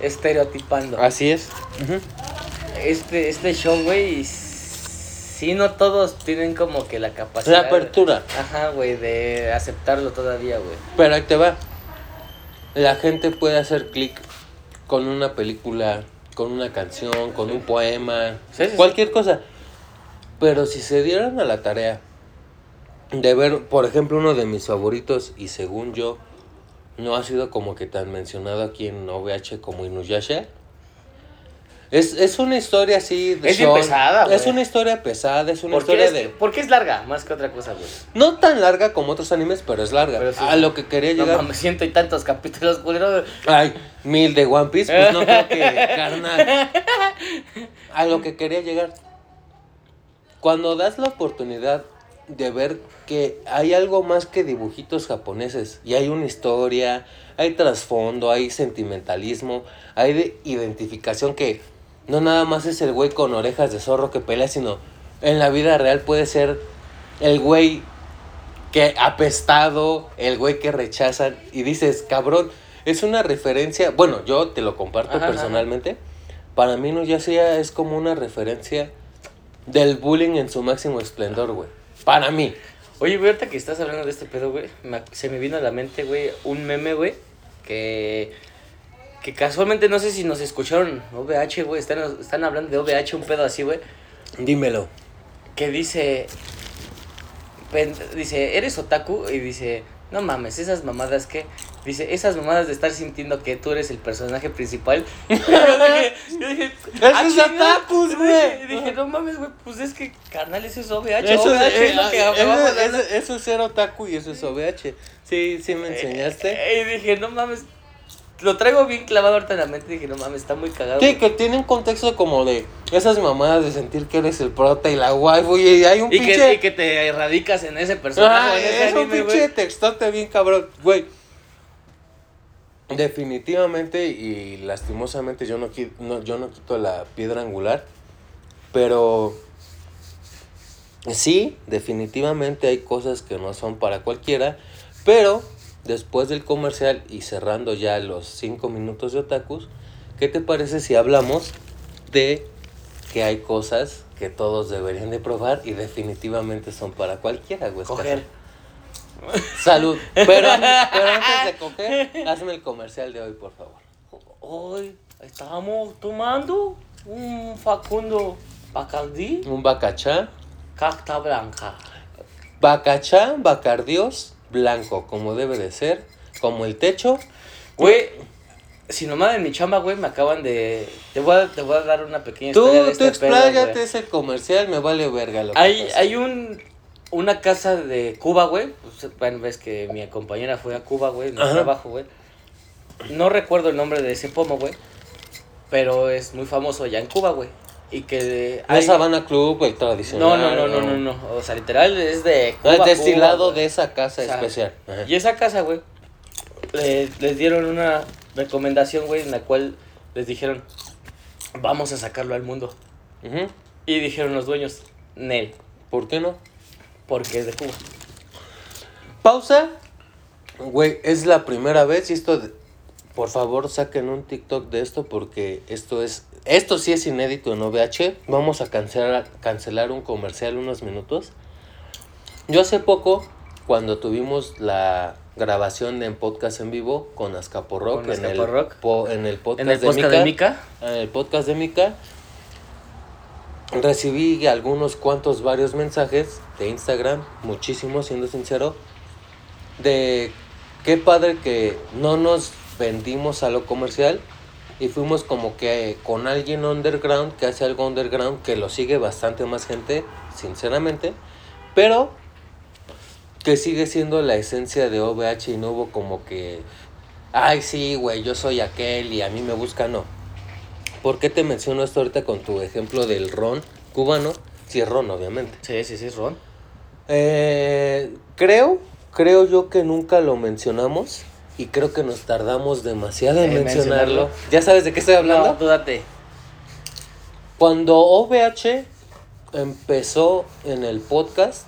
[SPEAKER 2] Estereotipando.
[SPEAKER 1] Así es.
[SPEAKER 2] Este, este show, güey. y Sí, no todos tienen como que la capacidad.
[SPEAKER 1] La apertura.
[SPEAKER 2] Ajá, güey, de aceptarlo todavía, güey.
[SPEAKER 1] Pero ahí te va. La gente puede hacer clic con una película, con una canción, con un poema,
[SPEAKER 2] Sí, sí, sí.
[SPEAKER 1] cualquier cosa. Pero si se dieran a la tarea de ver, por ejemplo, uno de mis favoritos y según yo no ha sido como que tan mencionado aquí en OVH como Inuyasha. Es, es una historia así de
[SPEAKER 2] Es bien
[SPEAKER 1] shonen.
[SPEAKER 2] pesada,
[SPEAKER 1] Es
[SPEAKER 2] güey.
[SPEAKER 1] una historia pesada, es una
[SPEAKER 2] Porque
[SPEAKER 1] historia
[SPEAKER 2] es,
[SPEAKER 1] de
[SPEAKER 2] porque es larga, más que otra cosa, güey.
[SPEAKER 1] no tan larga como otros animes, pero es larga.
[SPEAKER 2] Pero sí.
[SPEAKER 1] A lo que quería
[SPEAKER 2] No
[SPEAKER 1] llegar.
[SPEAKER 2] mames, ciento y tantos capítulos, culero.
[SPEAKER 1] Ay, mil de One Piece, pues no creo que, carnal. A lo que quería llegar. Cuando das la oportunidad de ver que hay algo más que dibujitos japoneses y hay una historia, hay trasfondo, hay sentimentalismo, hay de identificación que no nada más es el güey con orejas de zorro que pelea, sino en la vida real puede ser el güey que apestado, el güey que rechazan y dices, cabrón, es una referencia, bueno, yo te lo comparto
[SPEAKER 2] Ajá, ajá,
[SPEAKER 1] personalmente, para mí no ya sea es como una referencia del bullying en su máximo esplendor, güey. Para mí.
[SPEAKER 2] Oye, güey, ahorita que estás hablando de este pedo, güey, me ac- se me vino a la mente, güey, un meme, güey, que, que casualmente no sé si nos escucharon, OVH, güey, están, están hablando de OVH, un pedo así, güey,
[SPEAKER 1] Dímelo.
[SPEAKER 2] que dice, pen- dice, ¿eres otaku? Y dice, no mames, esas mamadas que, dice, esas mamadas de estar sintiendo que tú eres el personaje principal. yo dije, yo dije,
[SPEAKER 1] Eso es
[SPEAKER 2] chingada".
[SPEAKER 1] otakus, güey.
[SPEAKER 2] Y dije, no mames, güey, pues es que, carnal, eso es OVH,
[SPEAKER 1] Eso
[SPEAKER 2] OVH
[SPEAKER 1] es,
[SPEAKER 2] es, lo que
[SPEAKER 1] eh, eso-
[SPEAKER 2] acabamos de hablar.
[SPEAKER 1] eso- eso es ser otaku y eso es OVH. Sí, sí me enseñaste.
[SPEAKER 2] Eh, Y dije, no mames. Lo traigo bien clavado ahorita en la mente. Dije, no mames, está muy cagado.
[SPEAKER 1] Sí,
[SPEAKER 2] güey.
[SPEAKER 1] que tiene un contexto como de esas mamadas de sentir que eres el prota y la waifu y hay un
[SPEAKER 2] y,
[SPEAKER 1] pinche...
[SPEAKER 2] que, y que te erradicas en ese personaje.
[SPEAKER 1] Ah,
[SPEAKER 2] en ese
[SPEAKER 1] es un
[SPEAKER 2] anime,
[SPEAKER 1] pinche
[SPEAKER 2] güey.
[SPEAKER 1] textote bien cabrón, güey. Definitivamente y lastimosamente yo no, qui- no- yo no quito la piedra angular, pero sí, definitivamente hay cosas que no son para cualquiera, pero después del comercial y cerrando ya los 5 minutos de otakus, ¿qué te parece si hablamos de que hay cosas que todos deberían de probar y definitivamente son para cualquiera, güey?
[SPEAKER 2] Coger.
[SPEAKER 1] Salud. Pero, pero antes de coger, hazme el comercial de hoy, por favor.
[SPEAKER 2] Hoy estábamos tomando un Facundo Bacardí
[SPEAKER 1] Un bacachá.
[SPEAKER 2] Cacta Blanca.
[SPEAKER 1] Bacachá, bacardios, blanco, como debe de ser. Como el techo.
[SPEAKER 2] Güey, si nomás en mi chamba, güey, me acaban de. Te voy a, te voy a dar una pequeña
[SPEAKER 1] Tú,
[SPEAKER 2] historia de
[SPEAKER 1] tú
[SPEAKER 2] este pedo,
[SPEAKER 1] expláyate,
[SPEAKER 2] güey.
[SPEAKER 1] es el comercial, me vale verga lo que
[SPEAKER 2] Hay,
[SPEAKER 1] pase.
[SPEAKER 2] hay un, una casa de Cuba, güey. Pues, bueno, ves que mi compañera fue a Cuba, güey, en el
[SPEAKER 1] Ajá.
[SPEAKER 2] trabajo, güey. No recuerdo el nombre de ese pomo, güey. Pero es muy famoso allá en Cuba, güey. Y que
[SPEAKER 1] No es Habana Club, el tradicional.
[SPEAKER 2] no, no, no, no, no, no. O sea, literal es de
[SPEAKER 1] No,
[SPEAKER 2] Cuba.
[SPEAKER 1] es destilado
[SPEAKER 2] Cuba, güey.
[SPEAKER 1] de esa casa
[SPEAKER 2] O sea,
[SPEAKER 1] especial. Ajá.
[SPEAKER 2] Y esa casa, güey, le- les dieron una recomendación, güey, en la cual les dijeron, vamos a sacarlo al mundo.
[SPEAKER 1] Ujú.
[SPEAKER 2] Y dijeron los dueños, Nel,
[SPEAKER 1] ¿Por qué no?
[SPEAKER 2] porque es de Cuba.
[SPEAKER 1] Pausa. Güey, es la primera vez y esto... de- Por favor, saquen un TikTok de esto porque esto es... Esto sí es inédito en OVH. Vamos a cancelar, cancelar un comercial unos minutos. Yo hace poco, cuando tuvimos la grabación de en podcast en vivo con Azcaporrock,
[SPEAKER 2] Con
[SPEAKER 1] en, el
[SPEAKER 2] Azcaporrock.
[SPEAKER 1] po- en el podcast
[SPEAKER 2] En el
[SPEAKER 1] de
[SPEAKER 2] podcast
[SPEAKER 1] Mica,
[SPEAKER 2] de Mica.
[SPEAKER 1] en el podcast de Mica, recibí algunos cuantos varios mensajes de Instagram, muchísimos siendo sincero, de qué padre que no nos vendimos a lo comercial y fuimos como que con alguien underground que hace algo underground que lo sigue bastante más gente, sinceramente, pero que sigue siendo la esencia de OVH y no hubo como que, ay sí, güey, yo soy aquel y a mí me busca, no. ¿Por qué te menciono esto ahorita con tu ejemplo del ron cubano? Si es ron, obviamente.
[SPEAKER 2] Sí, sí, sí, es Ron.
[SPEAKER 1] Eh, creo, creo yo que nunca lo mencionamos y creo que nos tardamos demasiado en
[SPEAKER 2] En
[SPEAKER 1] mencionarlo.
[SPEAKER 2] mencionarlo.
[SPEAKER 1] ¿Ya sabes de qué estoy hablando?
[SPEAKER 2] No, tú date.
[SPEAKER 1] Cuando OVH empezó en el podcast,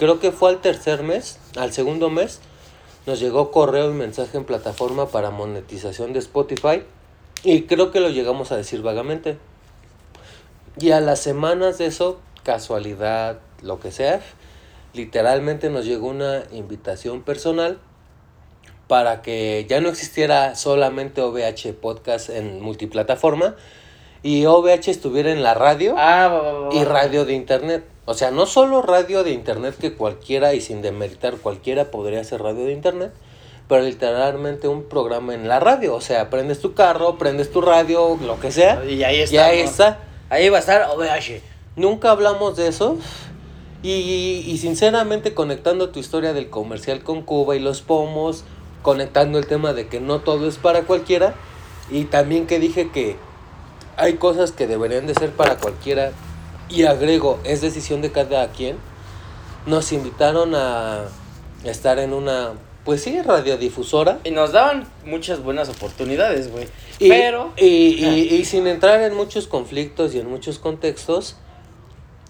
[SPEAKER 1] creo que fue al tercer mes, al segundo mes, nos llegó correo y mensaje en plataforma para monetización de Spotify y creo que lo llegamos a decir vagamente. Y a las semanas de eso, casualidad, lo que sea, literalmente nos llegó una invitación personal para que ya no existiera solamente OVH Podcast en multiplataforma y OVH estuviera en la radio
[SPEAKER 2] Ah, va, va, va, va.
[SPEAKER 1] y radio de internet. O sea, no solo radio de internet que cualquiera y sin demeritar cualquiera podría hacer radio de internet, pero literalmente un programa en la radio. O sea, prendes tu carro, prendes tu radio, lo que sea.
[SPEAKER 2] Y ahí está.
[SPEAKER 1] Y ahí
[SPEAKER 2] ¿no?
[SPEAKER 1] está.
[SPEAKER 2] Ahí va a estar oh, OVH.
[SPEAKER 1] Nunca hablamos de eso. Y, y sinceramente conectando tu historia del comercial con Cuba y los pomos, conectando el tema de que no todo es para cualquiera, y también que dije que hay cosas que deberían de ser para cualquiera, y agrego, es decisión de cada quien, nos invitaron a estar en una, pues sí, radiodifusora.
[SPEAKER 2] Y nos daban muchas buenas oportunidades, güey.
[SPEAKER 1] Y,
[SPEAKER 2] Pero.
[SPEAKER 1] y, y- y sin entrar en muchos conflictos y en muchos contextos,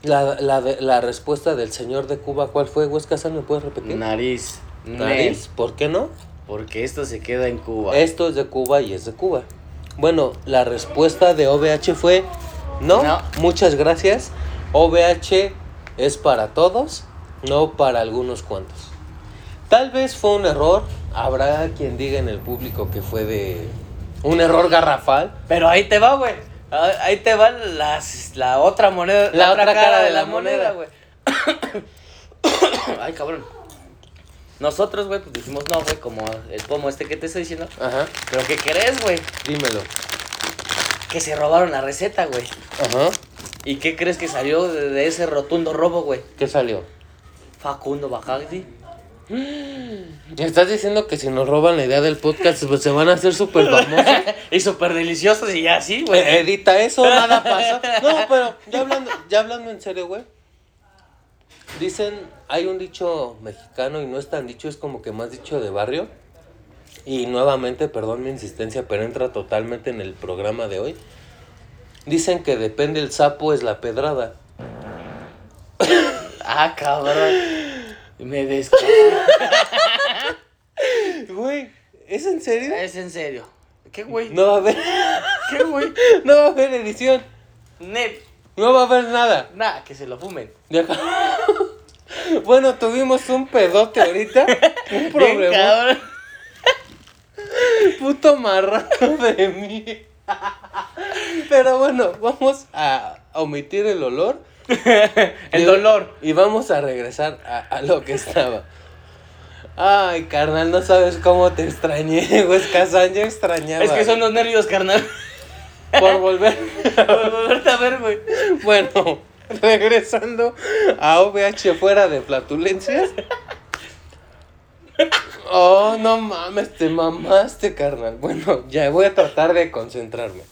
[SPEAKER 1] La, la, de- la respuesta del señor de Cuba, ¿cuál fue, güey? Casal? ¿Me puedes repetir?
[SPEAKER 2] Nariz.
[SPEAKER 1] Nariz, ¿Por qué no?
[SPEAKER 2] Nel, Porque esto se queda en Cuba.
[SPEAKER 1] Esto es de Cuba y es de Cuba. Bueno, la respuesta de OVH fue no,
[SPEAKER 2] No.
[SPEAKER 1] muchas gracias. OVH es para todos, no para algunos cuantos. Tal vez fue un error, habrá quien diga en el público que fue de un error garrafal.
[SPEAKER 2] Pero ahí te va, güey. Ah, Ahí te va las, la otra moneda.
[SPEAKER 1] La otra cara de la moneda.
[SPEAKER 2] güey. Ay, cabrón. Nosotros, güey, pues dijimos no, güey, como el pomo este que te estoy diciendo.
[SPEAKER 1] Ajá,
[SPEAKER 2] Pero ¿qué crees, güey?
[SPEAKER 1] dímelo.
[SPEAKER 2] Que se robaron la receta, güey.
[SPEAKER 1] Ajá,
[SPEAKER 2] ¿Y qué crees que salió de de ese rotundo robo, güey?
[SPEAKER 1] ¿qué salió?
[SPEAKER 2] Facundo Bacardi.
[SPEAKER 1] ¿Estás diciendo que si nos roban la idea del podcast pues se van a hacer súper famosos?
[SPEAKER 2] y súper delicioso y ya así, güey.
[SPEAKER 1] Eh, Edita eso, nada pasa. No, pero ya hablando, ya hablando en serio, güey. Dicen, hay un dicho mexicano y no es tan dicho, es como que más dicho de barrio. Y nuevamente, perdón mi insistencia, pero entra totalmente en el programa de hoy. Dicen que depende el sapo es la pedrada.
[SPEAKER 2] Ah, cabrón. Me descojo.
[SPEAKER 1] Güey, ¿es en serio?
[SPEAKER 2] es en serio. ¿Qué, güey?
[SPEAKER 1] No va a haber,
[SPEAKER 2] ¿Qué, güey?
[SPEAKER 1] no va a haber edición,
[SPEAKER 2] Net.
[SPEAKER 1] no va a haber nada.
[SPEAKER 2] Nada, que se lo fumen.
[SPEAKER 1] Deja- Bueno, tuvimos un pedote ahorita, un
[SPEAKER 2] Bien,
[SPEAKER 1] problema.
[SPEAKER 2] cabrón.
[SPEAKER 1] puto marrano de mí. Pero bueno, vamos a omitir el olor.
[SPEAKER 2] El dolor.
[SPEAKER 1] Y vamos a regresar a, a lo que estaba. Ay, carnal, no sabes cómo te extrañé, güey. Kazan ya extrañaba.
[SPEAKER 2] Es que son los nervios, carnal.
[SPEAKER 1] Por volver.
[SPEAKER 2] Por volverte a ver, güey.
[SPEAKER 1] Bueno, regresando a OVH fuera de flatulencias. Oh, no mames, te mamaste, carnal. Bueno, ya voy a tratar de concentrarme.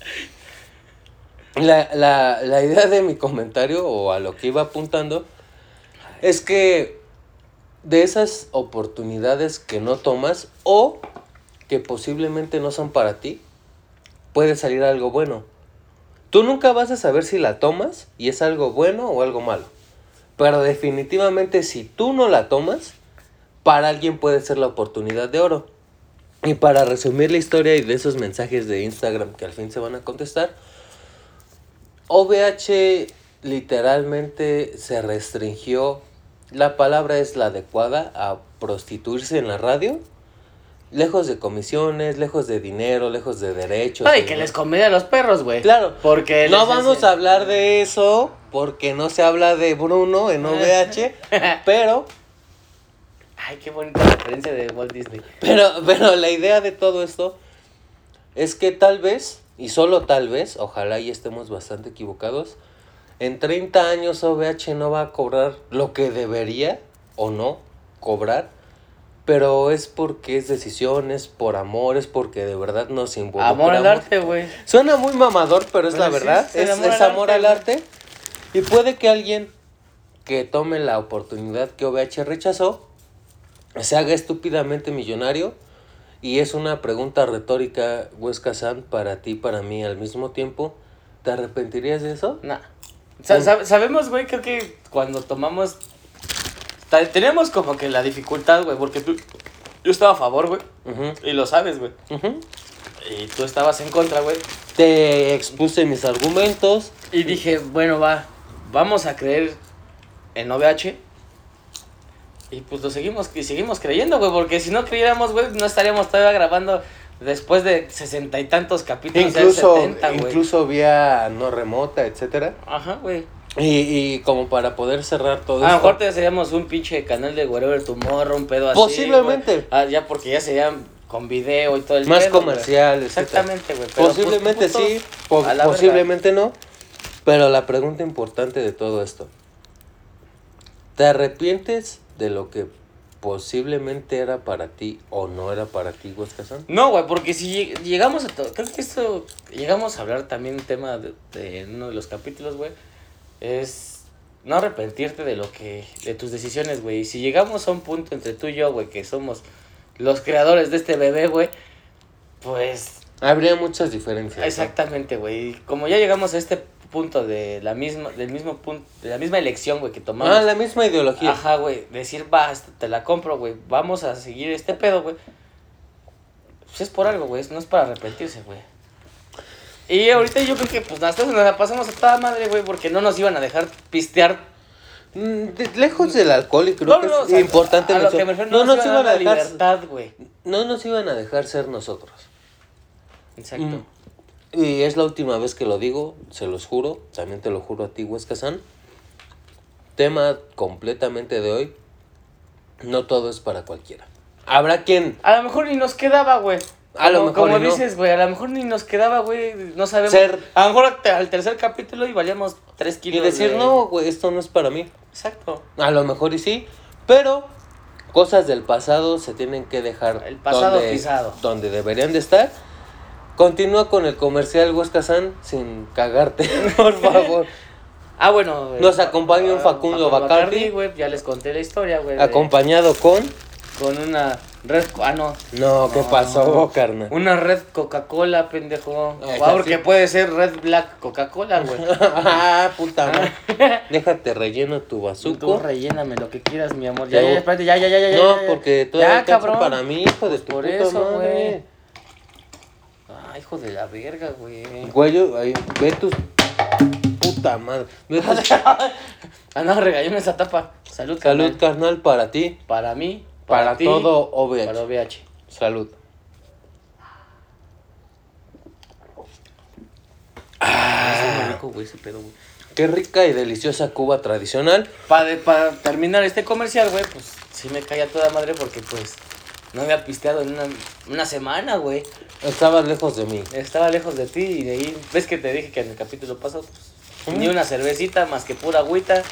[SPEAKER 1] La, la, la idea de mi comentario, o a lo que iba apuntando, es que de esas oportunidades que no tomas o que posiblemente no son para ti, puede salir algo bueno. Tú nunca vas a saber si la tomas y es algo bueno o algo malo. Pero definitivamente si tú no la tomas, para alguien puede ser la oportunidad de oro. Y para resumir la historia y de esos mensajes de Instagram que al fin se van a contestar, OVH literalmente se restringió, la palabra es la adecuada, a prostituirse en la radio. Lejos de comisiones, lejos de dinero, lejos de derechos.
[SPEAKER 2] Ay,
[SPEAKER 1] y
[SPEAKER 2] que
[SPEAKER 1] demás.
[SPEAKER 2] les conviene a los perros, güey.
[SPEAKER 1] Claro.
[SPEAKER 2] Porque
[SPEAKER 1] No
[SPEAKER 2] les
[SPEAKER 1] vamos
[SPEAKER 2] hace-
[SPEAKER 1] a hablar de eso porque no se habla de Bruno
[SPEAKER 2] Ah.
[SPEAKER 1] en OVH, pero,
[SPEAKER 2] Ay, qué bonita referencia de Walt Disney.
[SPEAKER 1] pero, pero la idea de todo esto es que tal vez, y solo tal vez, ojalá y estemos bastante equivocados, en 30 años OVH no va a cobrar lo que debería o no cobrar, pero es porque es decisión, es por amor, es porque de verdad nos involucramos.
[SPEAKER 2] Amor al arte, güey.
[SPEAKER 1] Suena muy mamador, pero es la
[SPEAKER 2] Pero sí,
[SPEAKER 1] verdad.
[SPEAKER 2] es el
[SPEAKER 1] Es,
[SPEAKER 2] amor
[SPEAKER 1] es
[SPEAKER 2] al
[SPEAKER 1] amor
[SPEAKER 2] arte,
[SPEAKER 1] al
[SPEAKER 2] güey.
[SPEAKER 1] arte. Y puede que alguien que tome la oportunidad que OVH rechazó se haga estúpidamente millonario. Y es una pregunta retórica, Huesca San, para ti, para mí al mismo tiempo. ¿Te arrepentirías de eso?
[SPEAKER 2] Nah. Sa- sab- sabemos, güey, creo que cuando tomamos. ta- Tenemos como que la dificultad, güey, porque tú- yo estaba a favor, güey.
[SPEAKER 1] Ujú,
[SPEAKER 2] Y lo sabes, güey.
[SPEAKER 1] ujú.
[SPEAKER 2] Y tú estabas en contra, güey.
[SPEAKER 1] Te expuse mis argumentos.
[SPEAKER 2] Y dije, bueno, va, vamos a creer en OVH. Y pues lo seguimos, y seguimos creyendo, güey, porque si no creyéramos, güey, no estaríamos todavía grabando después de sesenta y tantos capítulos, ya
[SPEAKER 1] Incluso,
[SPEAKER 2] 70, güey.
[SPEAKER 1] incluso vía no remota, etcétera.
[SPEAKER 2] Ajá, güey.
[SPEAKER 1] Y, y como para poder cerrar todo
[SPEAKER 2] A lo
[SPEAKER 1] esto.
[SPEAKER 2] mejor te seríamos un pinche canal de Wherever Tomorrow, un pedo así.
[SPEAKER 1] Posiblemente.
[SPEAKER 2] güey. Ah, ya porque ya serían con video y todo el
[SPEAKER 1] Más
[SPEAKER 2] pedo, güey.
[SPEAKER 1] comercial, etcétera.
[SPEAKER 2] Exactamente, güey. pero
[SPEAKER 1] Posiblemente
[SPEAKER 2] pues,
[SPEAKER 1] sí,
[SPEAKER 2] puto,
[SPEAKER 1] po-
[SPEAKER 2] a la verga.
[SPEAKER 1] posiblemente no. Pero la pregunta importante de todo esto. ¿Te arrepientes de lo que posiblemente era para ti o no era para ti, Huescazán?
[SPEAKER 2] No, güey, porque si lleg- llegamos a... to- Creo que esto... Llegamos a hablar también un tema de, de uno de los capítulos, güey. Es no arrepentirte de lo que... De tus decisiones, güey. Y si llegamos a un punto entre tú y yo, güey, que somos los creadores de este bebé, güey. Pues...
[SPEAKER 1] Habría muchas diferencias. ¿no?
[SPEAKER 2] Exactamente, güey. Y Como ya llegamos a este punto de la misma, del mismo punto, de la misma elección, güey, que tomamos.
[SPEAKER 1] Ah, la misma ideología.
[SPEAKER 2] Ajá, güey. Decir, va, hasta te la compro, güey. Vamos a seguir este pedo, güey. Pues es por algo, güey. No es para arrepentirse, güey. Y ahorita yo creo que pues nosotros nos la pasamos a toda madre, güey, porque no nos iban a dejar pistear.
[SPEAKER 1] Mm, de- lejos del alcohol y creo
[SPEAKER 2] No,
[SPEAKER 1] que
[SPEAKER 2] no,
[SPEAKER 1] es
[SPEAKER 2] o sea,
[SPEAKER 1] importante
[SPEAKER 2] a lo que
[SPEAKER 1] mencionar.
[SPEAKER 2] me refiero, no, nos iban a
[SPEAKER 1] dejar
[SPEAKER 2] dejar libertad, güey.
[SPEAKER 1] no nos iban a dejar ser nosotros.
[SPEAKER 2] Exacto.
[SPEAKER 1] Mm. Y es la última vez que lo digo, se los juro, también te lo juro a ti, Huesca San. Tema completamente de hoy. No todo es para cualquiera. Habrá quien
[SPEAKER 2] A lo mejor ni nos quedaba, güey.
[SPEAKER 1] A lo
[SPEAKER 2] Como-
[SPEAKER 1] mejor
[SPEAKER 2] Como
[SPEAKER 1] y no.
[SPEAKER 2] dices, güey, a lo mejor ni nos quedaba, güey. No sabemos.
[SPEAKER 1] Ser-
[SPEAKER 2] A lo mejor te- al tercer capítulo y valíamos tres
[SPEAKER 1] y
[SPEAKER 2] kilos.
[SPEAKER 1] decir,
[SPEAKER 2] de-
[SPEAKER 1] no, güey, esto no es para mí.
[SPEAKER 2] Exacto.
[SPEAKER 1] A lo mejor y sí, pero cosas del pasado se tienen que dejar
[SPEAKER 2] El pasado pisado.
[SPEAKER 1] donde deberían de estar. Continúa con el comercial Huesca San sin cagarte, por favor.
[SPEAKER 2] Ah, bueno.
[SPEAKER 1] Nos
[SPEAKER 2] eh,
[SPEAKER 1] acompaña un
[SPEAKER 2] ah,
[SPEAKER 1] Facundo Bacardi.
[SPEAKER 2] güey. Ya les conté la historia, güey. de-
[SPEAKER 1] Acompañado con...
[SPEAKER 2] Con una red. Ah, no.
[SPEAKER 1] No, ¿qué
[SPEAKER 2] No.
[SPEAKER 1] pasó, carnal?
[SPEAKER 2] Una red Coca-Cola, pendejo.
[SPEAKER 1] Ah,
[SPEAKER 2] Ah,
[SPEAKER 1] sí.
[SPEAKER 2] porque puede ser red black Coca-Cola, güey.
[SPEAKER 1] ah, puta madre. Déjate relleno tu
[SPEAKER 2] Tú
[SPEAKER 1] bazuco.
[SPEAKER 2] relléname lo que quieras, mi amor. Ya,
[SPEAKER 1] Pero-
[SPEAKER 2] ya, espérate, ya, ya, ya, ya.
[SPEAKER 1] No,
[SPEAKER 2] ya, ya.
[SPEAKER 1] porque tú
[SPEAKER 2] Ya,
[SPEAKER 1] eres
[SPEAKER 2] cabrón. Pues
[SPEAKER 1] para mí, hijo de tu
[SPEAKER 2] Por
[SPEAKER 1] puta
[SPEAKER 2] eso,
[SPEAKER 1] madre.
[SPEAKER 2] güey. Ah, hijo de la verga, güey.
[SPEAKER 1] Güey, yo- ay, ve tus. Puta madre. Ve tus-
[SPEAKER 2] Ah, no, regañó esa tapa. Salud,
[SPEAKER 1] Salud,
[SPEAKER 2] carnal.
[SPEAKER 1] carnal, para ti.
[SPEAKER 2] Para mí,
[SPEAKER 1] Para,
[SPEAKER 2] ti,
[SPEAKER 1] todo OVH.
[SPEAKER 2] Para OVH.
[SPEAKER 1] Salud. Ah.
[SPEAKER 2] Es muy rico, güey, ese pedo, güey.
[SPEAKER 1] Qué rica y deliciosa Cuba tradicional.
[SPEAKER 2] Para terminar este comercial, güey, pues sí me caía toda madre porque, pues, no había pisteado en una, una semana, güey.
[SPEAKER 1] Estabas lejos de mí.
[SPEAKER 2] Estaba lejos de ti y de ahí. ¿Ves que te dije que en el capítulo pasado? pues, ni una cervecita más que pura agüita,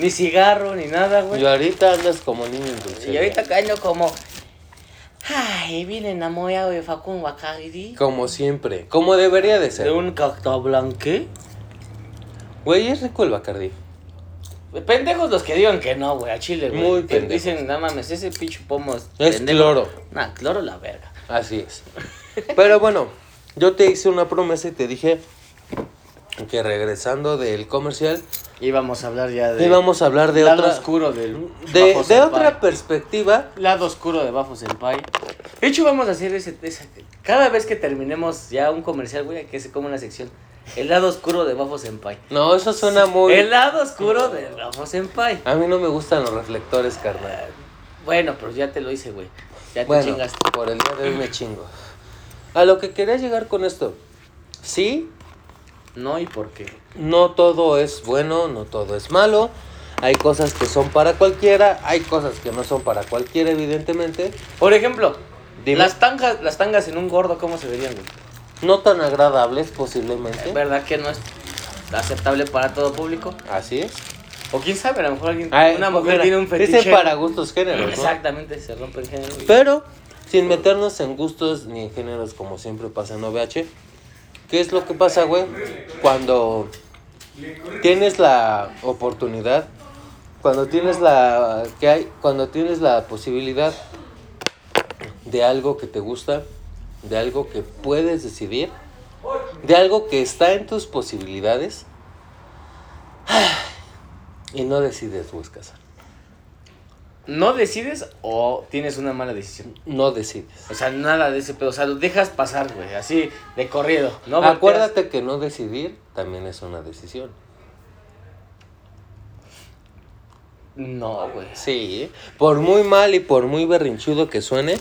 [SPEAKER 2] ni cigarro, ni nada, güey.
[SPEAKER 1] Y ahorita andas como niño en
[SPEAKER 2] y
[SPEAKER 1] dulcería.
[SPEAKER 2] ahorita caño como. Ay, vine enamorado de Facundo Bacagri.
[SPEAKER 1] Como siempre. Como debería de
[SPEAKER 2] De
[SPEAKER 1] ser.
[SPEAKER 2] un cacto blanque.
[SPEAKER 1] Güey, es rico el Bacardí.
[SPEAKER 2] Pendejos los que digan que no, güey, a Chile, güey.
[SPEAKER 1] Muy
[SPEAKER 2] Que
[SPEAKER 1] pendejos.
[SPEAKER 2] Dicen, no mames, ese pinche pomo es.
[SPEAKER 1] Es
[SPEAKER 2] pendejo".
[SPEAKER 1] cloro.
[SPEAKER 2] Nah, cloro la verga.
[SPEAKER 1] Así es. Pero bueno, yo te hice una promesa y te dije que regresando del comercial
[SPEAKER 2] Íbamos a hablar ya de.
[SPEAKER 1] íbamos a hablar de
[SPEAKER 2] lado
[SPEAKER 1] otra
[SPEAKER 2] oscuro del.
[SPEAKER 1] de,
[SPEAKER 2] Bafo
[SPEAKER 1] de
[SPEAKER 2] Senpai.
[SPEAKER 1] otra perspectiva.
[SPEAKER 2] Lado oscuro de Bafo Senpai. De hecho, vamos a hacer ese, esa- Cada vez que terminemos ya un comercial, güey, que se come una sección. El lado oscuro de Bafo Senpai.
[SPEAKER 1] No, eso suena muy
[SPEAKER 2] El lado oscuro de Bafo Senpai.
[SPEAKER 1] A mí no me gustan los reflectores, carnal.
[SPEAKER 2] Bueno, pero ya te lo hice, güey. Ya te
[SPEAKER 1] Bueno,
[SPEAKER 2] chingaste.
[SPEAKER 1] por el día de hoy me chingo. A lo que quería llegar con esto. Sí,
[SPEAKER 2] No, ¿y por qué?
[SPEAKER 1] no todo es bueno, no todo es malo. Hay cosas que son para cualquiera, hay cosas que no son para cualquiera, evidentemente.
[SPEAKER 2] Por ejemplo,
[SPEAKER 1] Dime.
[SPEAKER 2] las tangas, las tangas en un gordo, ¿cómo se verían, güey?
[SPEAKER 1] No tan agradables, posiblemente.
[SPEAKER 2] ¿Es ¿Verdad que no es aceptable para todo público?
[SPEAKER 1] Así es.
[SPEAKER 2] O quién sabe, a lo mejor alguien,
[SPEAKER 1] Ay,
[SPEAKER 2] una mujer
[SPEAKER 1] mira,
[SPEAKER 2] tiene un fetiche.
[SPEAKER 1] Dice para gustos géneros. ¿no?
[SPEAKER 2] Exactamente, se rompe el género. güey.
[SPEAKER 1] Pero, sin meternos en gustos ni en géneros como siempre pasa en OVH, ¿qué es lo que pasa, güey? Cuando tienes la oportunidad, cuando tienes la que hay, cuando tienes la posibilidad de algo que te gusta, de algo que puedes decidir, de algo que está en tus posibilidades y no decides, buscas,
[SPEAKER 2] ¿No decides o tienes una mala decisión?
[SPEAKER 1] no decides.
[SPEAKER 2] O sea, nada de ese pedo. O sea, lo dejas pasar, güey, así de corrido. ¿no?
[SPEAKER 1] Ah,
[SPEAKER 2] Volteas.
[SPEAKER 1] Acuérdate que no decidir también es una decisión.
[SPEAKER 2] No, güey.
[SPEAKER 1] Sí, por muy mal y por muy berrinchudo que suene,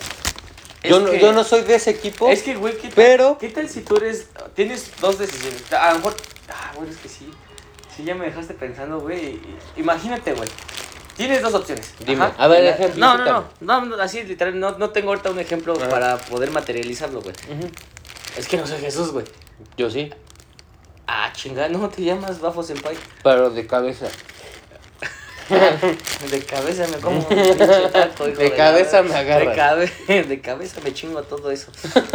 [SPEAKER 1] yo
[SPEAKER 2] Es
[SPEAKER 1] no,
[SPEAKER 2] que-
[SPEAKER 1] yo no soy de ese equipo.
[SPEAKER 2] Es que, güey, ¿qué tal,
[SPEAKER 1] Pero-
[SPEAKER 2] ¿qué tal si tú eres. Tienes dos decisiones? A lo mejor. Ah, bueno, es que sí. Sí, ya me dejaste pensando, güey. Imagínate, güey. Tienes dos opciones.
[SPEAKER 1] Dime, a ver,
[SPEAKER 2] La-
[SPEAKER 1] ejemplifícame.
[SPEAKER 2] No, no, no, no, no, así literal, no, no tengo ahorita un ejemplo
[SPEAKER 1] Ajá.
[SPEAKER 2] para poder materializarlo, güey.
[SPEAKER 1] Ujú,
[SPEAKER 2] Es que no soy Jesús, güey.
[SPEAKER 1] Yo sí,
[SPEAKER 2] Ah, chingada, no te llamas Bafo Senpai.
[SPEAKER 1] pero de cabeza.
[SPEAKER 2] De cabeza me como un pinche taco, hijo
[SPEAKER 1] De
[SPEAKER 2] la
[SPEAKER 1] cabeza
[SPEAKER 2] verga.
[SPEAKER 1] me agarras.
[SPEAKER 2] De, cabe- de cabeza me chingo a todo eso.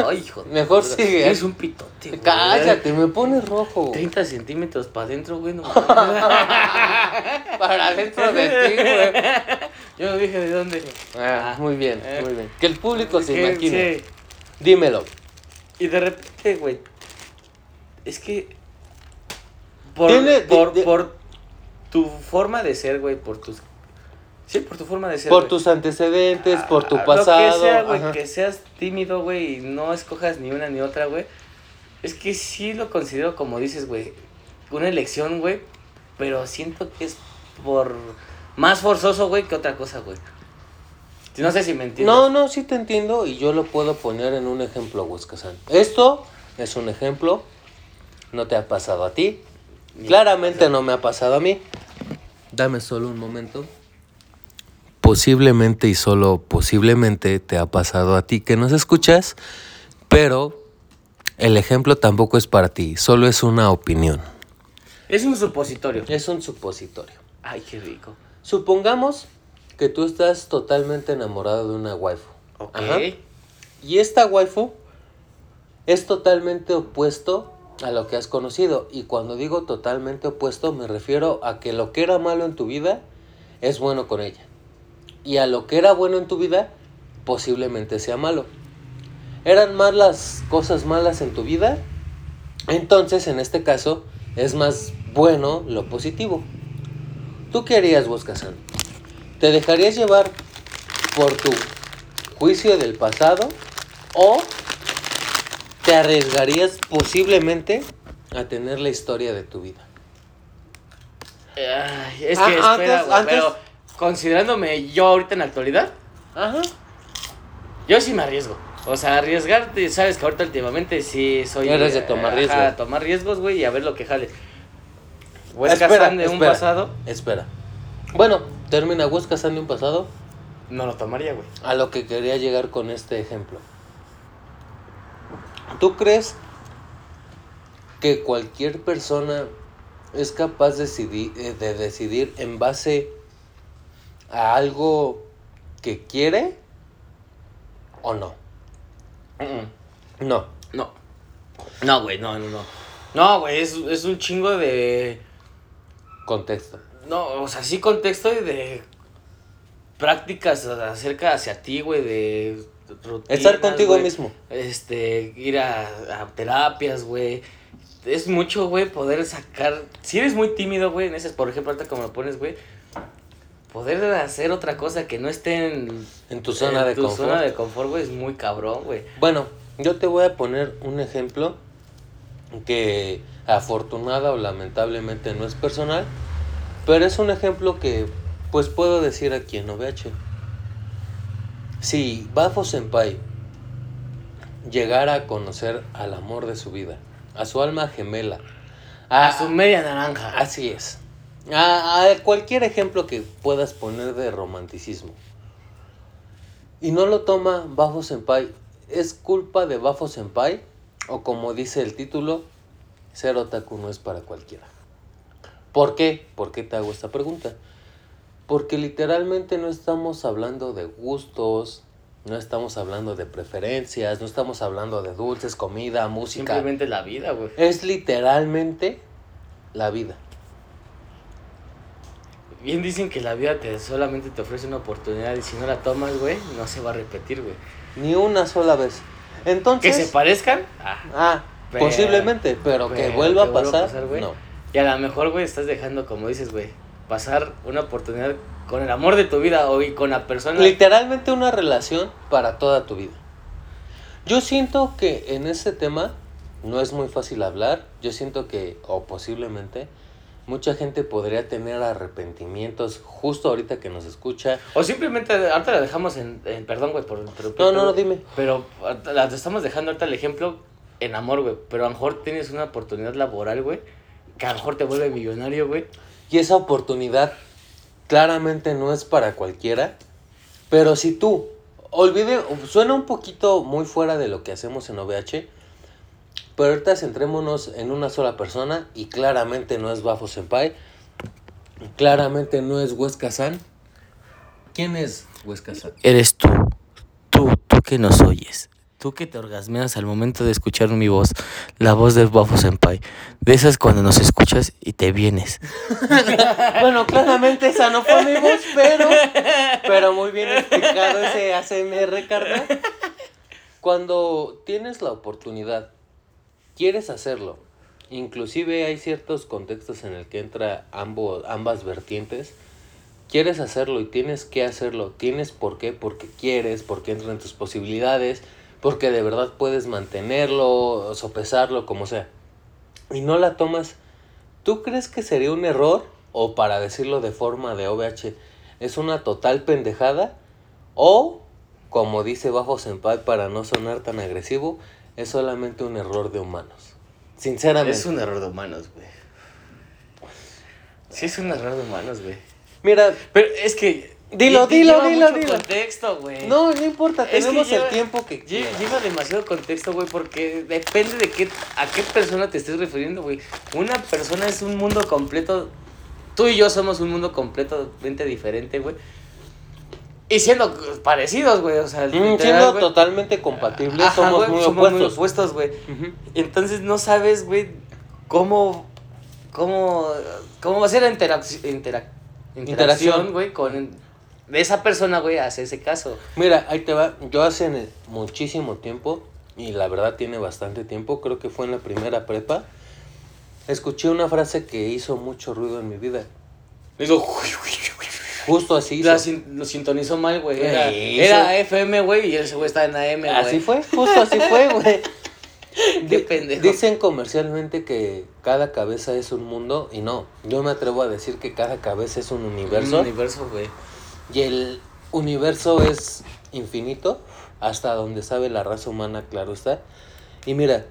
[SPEAKER 2] Ay, hijo. de
[SPEAKER 1] Mejor
[SPEAKER 2] puta.
[SPEAKER 1] sigue.
[SPEAKER 2] Tienes un pitote, güey.
[SPEAKER 1] Cállate, me pones rojo.
[SPEAKER 2] 30 centímetros para adentro, güey. No.
[SPEAKER 1] Para dentro de ti, güey.
[SPEAKER 2] Yo no dije de dónde.
[SPEAKER 1] Ah, muy bien,
[SPEAKER 2] Eh.
[SPEAKER 1] muy bien. Que el público Pues se
[SPEAKER 2] Que-
[SPEAKER 1] imagine.
[SPEAKER 2] sí.
[SPEAKER 1] Dímelo.
[SPEAKER 2] Y de repente, güey. Es que. Por,
[SPEAKER 1] Tiene-
[SPEAKER 2] por,
[SPEAKER 1] de- de-
[SPEAKER 2] por tu forma de ser, güey, por tus... Sí, por tu forma de ser.
[SPEAKER 1] Por
[SPEAKER 2] güey.
[SPEAKER 1] tus antecedentes, por tu
[SPEAKER 2] Ah,
[SPEAKER 1] pasado.
[SPEAKER 2] Lo que sea, güey,
[SPEAKER 1] ajá.
[SPEAKER 2] que seas tímido, güey, y no escojas ni una ni otra, güey. Es que sí lo considero, como dices, güey, una elección, güey, pero siento que es por... Más forzoso, güey, que otra cosa, güey. No sé si me entiendes.
[SPEAKER 1] No, no, sí te entiendo y yo lo puedo poner en un ejemplo, Huescazán. Esto es un ejemplo, no te ha pasado a ti,
[SPEAKER 2] Ni
[SPEAKER 1] claramente no me ha pasado a mí. Dame solo un momento. Posiblemente y solo posiblemente te ha pasado a ti que nos escuchas, pero el ejemplo tampoco es para ti, solo es una opinión.
[SPEAKER 2] Es un supositorio.
[SPEAKER 1] Es un supositorio.
[SPEAKER 2] Ay, qué rico.
[SPEAKER 1] Supongamos que tú estás totalmente enamorado de una waifu.
[SPEAKER 2] Ok.
[SPEAKER 1] Ajá. Y esta waifu es totalmente opuesto a lo que has conocido. Y cuando digo totalmente opuesto, me refiero a que lo que era malo en tu vida es bueno con ella. Y a lo que era bueno en tu vida, posiblemente sea malo. Eran más las cosas malas en tu vida. Entonces, en este caso, es más bueno lo positivo. ¿Tú qué harías, Boscazán? ¿Te dejarías llevar por tu juicio del pasado o te arriesgarías posiblemente a tener la historia de tu vida.
[SPEAKER 2] Ay, es
[SPEAKER 1] Ah,
[SPEAKER 2] que espera,
[SPEAKER 1] antes-
[SPEAKER 2] güey,
[SPEAKER 1] antes-
[SPEAKER 2] pero considerándome yo ahorita en la actualidad,
[SPEAKER 1] Ajá.
[SPEAKER 2] Yo sí me arriesgo. O sea, arriesgarte, sabes que ahorita últimamente sí soy.
[SPEAKER 1] Eres de
[SPEAKER 2] eh,
[SPEAKER 1] tomar
[SPEAKER 2] ajá,
[SPEAKER 1] riesgos.
[SPEAKER 2] tomar riesgos, güey, y a ver lo que jale. Huesca San de un pasado,
[SPEAKER 1] Espera. Bueno, termina Huesca San de un pasado
[SPEAKER 2] no lo tomaría, güey.
[SPEAKER 1] a lo que quería llegar con este ejemplo. ¿Tú crees que cualquier persona es capaz de decidir, eh, de decidir en base a algo que quiere o no? No.
[SPEAKER 2] No. No, güey, no, no, no. No, güey, es, es un chingo de.
[SPEAKER 1] Contexto.
[SPEAKER 2] No, o sea, sí contexto y de prácticas acerca hacia ti, güey, de rutinas,
[SPEAKER 1] Estar contigo
[SPEAKER 2] güey.
[SPEAKER 1] mismo.
[SPEAKER 2] Este, ir a, a terapias, güey. Es mucho, güey, poder sacar... Si eres muy tímido, güey, en esas, por ejemplo, ahorita como lo pones, güey, poder hacer otra cosa que no esté en...
[SPEAKER 1] En tu zona
[SPEAKER 2] en
[SPEAKER 1] de
[SPEAKER 2] tu
[SPEAKER 1] confort.
[SPEAKER 2] zona de confort, güey, es muy cabrón, güey.
[SPEAKER 1] Bueno, yo te voy a poner un ejemplo que afortunada o lamentablemente no es personal, pero es un ejemplo que pues puedo decir aquí en OVH. Si Bafo Senpai llegara a conocer al amor de su vida, a su alma gemela, a,
[SPEAKER 2] A su media naranja.
[SPEAKER 1] Así es. A, a cualquier ejemplo que puedas poner de romanticismo. Y no lo toma Bafo Senpai. ¿Es culpa de Bafo Senpai? O como dice el título, ser otaku no es para cualquiera. ¿Por qué? ¿Por qué te hago esta pregunta? Porque literalmente no estamos hablando de gustos, no estamos hablando de preferencias, no estamos hablando de dulces, comida, música.
[SPEAKER 2] Simplemente la vida, güey.
[SPEAKER 1] Es literalmente la vida.
[SPEAKER 2] Bien dicen que la vida te solamente te ofrece una oportunidad y si no la tomas, güey, no se va a repetir, güey.
[SPEAKER 1] Ni una sola vez.
[SPEAKER 2] Que
[SPEAKER 1] Entonces.
[SPEAKER 2] se parezcan, ah,
[SPEAKER 1] Ah,
[SPEAKER 2] Pero-
[SPEAKER 1] posiblemente, pero, que
[SPEAKER 2] pero
[SPEAKER 1] vuelva
[SPEAKER 2] que
[SPEAKER 1] a pasar.
[SPEAKER 2] güey.
[SPEAKER 1] no.
[SPEAKER 2] Y a lo mejor, güey, estás dejando, como dices, güey, pasar una oportunidad con el amor de tu vida o y con la persona.
[SPEAKER 1] Literalmente una relación para toda tu vida. Yo siento que en este tema no es muy fácil hablar. Yo siento que, o posiblemente, mucha gente podría tener arrepentimientos justo ahorita que nos escucha.
[SPEAKER 2] O simplemente, ahorita la dejamos en, en- perdón, güey, por interrumpir.
[SPEAKER 1] No, no, no, dime.
[SPEAKER 2] Pero ahorita la te estamos dejando ahorita el ejemplo en amor, güey. Pero a lo mejor tienes una oportunidad laboral, güey, que a lo mejor te vuelve millonario, güey.
[SPEAKER 1] Y esa oportunidad claramente no es para cualquiera. Pero si tú, olvide, suena un poquito muy fuera de lo que hacemos en OVH. Pero ahorita centrémonos en una sola persona y claramente no es Bafo Senpai. Claramente no es Huesca San. ¿Quién es Huesca San?
[SPEAKER 2] Eres tú, tú, tú que nos oyes, tú que te orgasmeas al momento de escuchar mi voz, la voz de Bafo Senpai, de esas cuando nos escuchas y te vienes.
[SPEAKER 1] Bueno, claramente esa no fue mi voz, pero, pero muy bien explicado ese ACMR, carnal. Cuando tienes la oportunidad, quieres hacerlo Inclusive hay ciertos contextos en el que entra ambos, ambas vertientes. Quieres hacerlo y tienes que hacerlo. Tienes por qué, porque quieres, porque entran tus posibilidades, porque de verdad puedes mantenerlo, sopesarlo, como sea. Y no la tomas. ¿Tú crees que sería un error? O para decirlo de forma de OVH, es una total pendejada. O, como dice Bajo Senpai para no sonar tan agresivo, es solamente un error de humanos. Sinceramente.
[SPEAKER 2] Es un error de humanos, güey. Sí, es un error de humanos, güey.
[SPEAKER 1] Mira,
[SPEAKER 2] Pero es que.
[SPEAKER 1] Dilo,
[SPEAKER 2] lle-
[SPEAKER 1] dilo,
[SPEAKER 2] lleva
[SPEAKER 1] dilo,
[SPEAKER 2] mucho
[SPEAKER 1] dilo.
[SPEAKER 2] contexto, güey.
[SPEAKER 1] no, no importa,
[SPEAKER 2] Es que
[SPEAKER 1] tenemos
[SPEAKER 2] lleva-
[SPEAKER 1] el tiempo que
[SPEAKER 2] lle-
[SPEAKER 1] quieras.
[SPEAKER 2] Lleva demasiado contexto, güey, porque depende de qué, a qué persona te estés refiriendo, güey. Una persona es un mundo completo. Tú y yo somos un mundo completamente diferente, güey. Y siendo parecidos, güey, o sea,
[SPEAKER 1] Mm,
[SPEAKER 2] literal,
[SPEAKER 1] siendo
[SPEAKER 2] güey.
[SPEAKER 1] totalmente compatibles,
[SPEAKER 2] Ajá,
[SPEAKER 1] somos
[SPEAKER 2] güey,
[SPEAKER 1] muy
[SPEAKER 2] somos
[SPEAKER 1] opuestos.
[SPEAKER 2] muy opuestos, güey.
[SPEAKER 1] Ujú.
[SPEAKER 2] Entonces no sabes, güey, cómo, cómo, cómo va a ser la interac- interac-
[SPEAKER 1] Interacción.
[SPEAKER 2] interacción, güey, con de esa persona, güey, hacia ese caso.
[SPEAKER 1] Mira, ahí te va. Yo hace ne- muchísimo tiempo, y la verdad tiene bastante tiempo, creo que fue en la primera prepa, escuché una frase que hizo mucho ruido en mi vida.
[SPEAKER 2] Digo,
[SPEAKER 1] Justo así. hizo.
[SPEAKER 2] la sin- lo sintonizó mal, güey. Era,
[SPEAKER 1] Ey,
[SPEAKER 2] era
[SPEAKER 1] eso-
[SPEAKER 2] FM, güey, y ese güey estaba en AM, güey.
[SPEAKER 1] Así fue, justo así fue, güey. Di-
[SPEAKER 2] Qué pendejo.
[SPEAKER 1] Dicen comercialmente que cada cabeza es un mundo y no, yo me atrevo a decir que cada cabeza es un universo
[SPEAKER 2] Un universo, güey.
[SPEAKER 1] y el universo es infinito hasta donde sabe la raza humana, claro está. Y mira,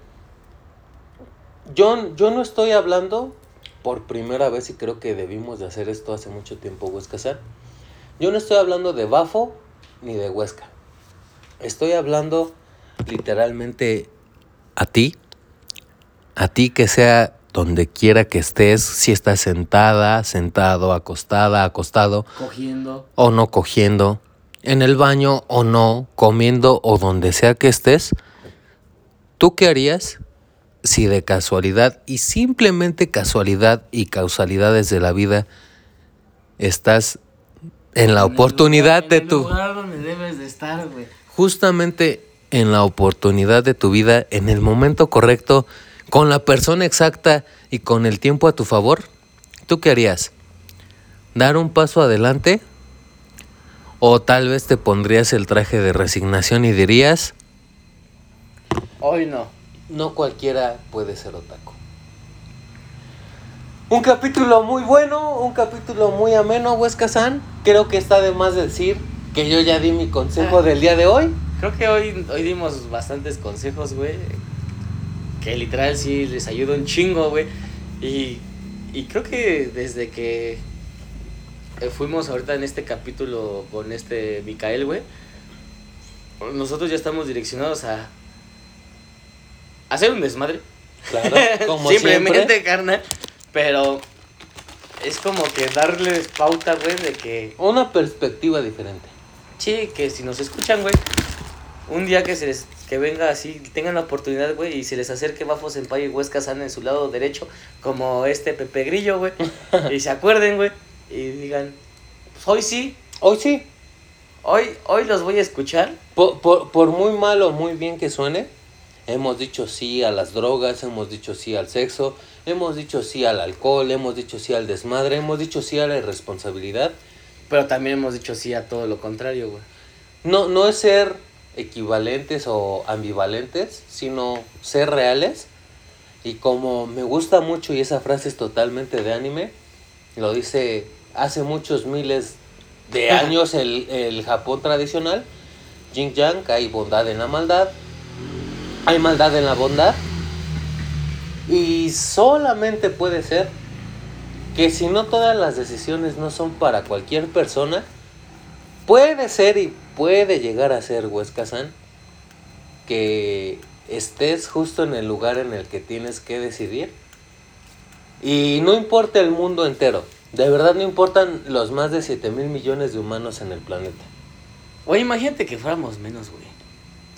[SPEAKER 1] yo, yo no estoy hablando por primera vez y creo que debimos de hacer esto hace mucho tiempo, Huesca Yo no estoy hablando de Bafo ni de Huesca. Estoy hablando literalmente a ti, a ti que sea donde quiera que estés, si estás sentada, sentado, acostada, acostado,
[SPEAKER 2] Cogiendo.
[SPEAKER 1] o no cogiendo, en el baño o no, comiendo o donde sea que estés, ¿tú qué harías si de casualidad y simplemente casualidad y causalidades de la vida estás en la
[SPEAKER 2] En el
[SPEAKER 1] oportunidad
[SPEAKER 2] lugar-
[SPEAKER 1] de
[SPEAKER 2] en el
[SPEAKER 1] tu
[SPEAKER 2] lugar donde debes de estar, güey.
[SPEAKER 1] justamente en la oportunidad de tu vida, en el momento correcto, con la persona exacta y con el tiempo a tu favor, ¿tú qué harías? ¿Dar un paso adelante? ¿O tal vez te pondrías el traje de resignación y dirías,
[SPEAKER 2] Hoy no.
[SPEAKER 1] no cualquiera puede ser otaku? Un capítulo muy bueno, un capítulo muy ameno, Huesca-san. Creo que está de más decir que yo ya di mi consejo del día de hoy.
[SPEAKER 2] Creo que hoy, hoy dimos bastantes consejos, güey. Que literal sí les ayuda un chingo, güey. Y, y creo que desde que eh, fuimos ahorita en este capítulo con este Micael, güey, nosotros ya estamos direccionados a a hacer un desmadre.
[SPEAKER 1] Claro, como
[SPEAKER 2] Simplemente,
[SPEAKER 1] siempre.
[SPEAKER 2] carnal. Pero es como que darles pauta, güey, de que
[SPEAKER 1] Una perspectiva diferente.
[SPEAKER 2] Sí, que si nos escuchan, güey, un día que se les que venga así, que tengan la oportunidad, güey, y se les acerque Bafo Senpai y Huesca San en su lado derecho, como este Pepe Grillo, güey, y se acuerden, güey, y digan, "Pues hoy sí,
[SPEAKER 1] Hoy sí,
[SPEAKER 2] hoy hoy los voy a escuchar.
[SPEAKER 1] por, por- por muy mal o muy bien que suene, hemos dicho sí a las drogas, hemos dicho sí al sexo, hemos dicho sí al alcohol, hemos dicho sí al desmadre, hemos dicho sí a la irresponsabilidad.
[SPEAKER 2] Pero también hemos dicho sí a todo lo contrario, güey.
[SPEAKER 1] No, no es ser equivalentes o ambivalentes, sino ser reales. Y como me gusta mucho y esa frase es totalmente de anime, lo dice hace muchos miles de años el, el Japón tradicional, Yin Yang, hay bondad en la maldad, hay maldad en la bondad. Y solamente puede ser que si no todas las decisiones no son para cualquier persona, puede ser y puede llegar a ser Huesca San que estés justo en el lugar en el que tienes que decidir y no importa el mundo entero de verdad no importan los más de 7 mil millones de humanos en el planeta
[SPEAKER 2] Güey, imagínate que fuéramos menos, güey.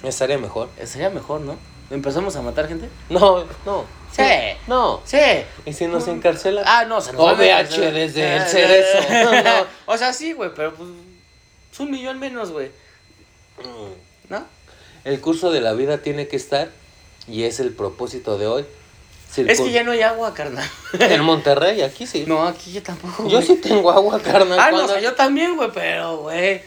[SPEAKER 1] estaría mejor
[SPEAKER 2] Sería mejor, ¿no? ¿Empezamos a matar gente?
[SPEAKER 1] no no
[SPEAKER 2] Sí.
[SPEAKER 1] no
[SPEAKER 2] Sí.
[SPEAKER 1] y si nos encarcelan
[SPEAKER 2] Ah, no, se nos
[SPEAKER 1] O
[SPEAKER 2] va a meter,
[SPEAKER 1] VH
[SPEAKER 2] se-
[SPEAKER 1] desde
[SPEAKER 2] eh,
[SPEAKER 1] el
[SPEAKER 2] eh,
[SPEAKER 1] cerezo.
[SPEAKER 2] eh,
[SPEAKER 1] No.
[SPEAKER 2] O sea, sí, güey, pero pues es un millón menos, güey. ¿No?
[SPEAKER 1] Mm. El curso de la vida tiene que estar, y es el propósito de hoy,
[SPEAKER 2] Es que ya no hay agua, carnal.
[SPEAKER 1] En Monterrey, aquí sí.
[SPEAKER 2] No, aquí yo tampoco.
[SPEAKER 1] Yo
[SPEAKER 2] güey.
[SPEAKER 1] sí tengo agua, carnal.
[SPEAKER 2] Ah, no,
[SPEAKER 1] cuando-
[SPEAKER 2] o sea, yo también, güey, pero, güey.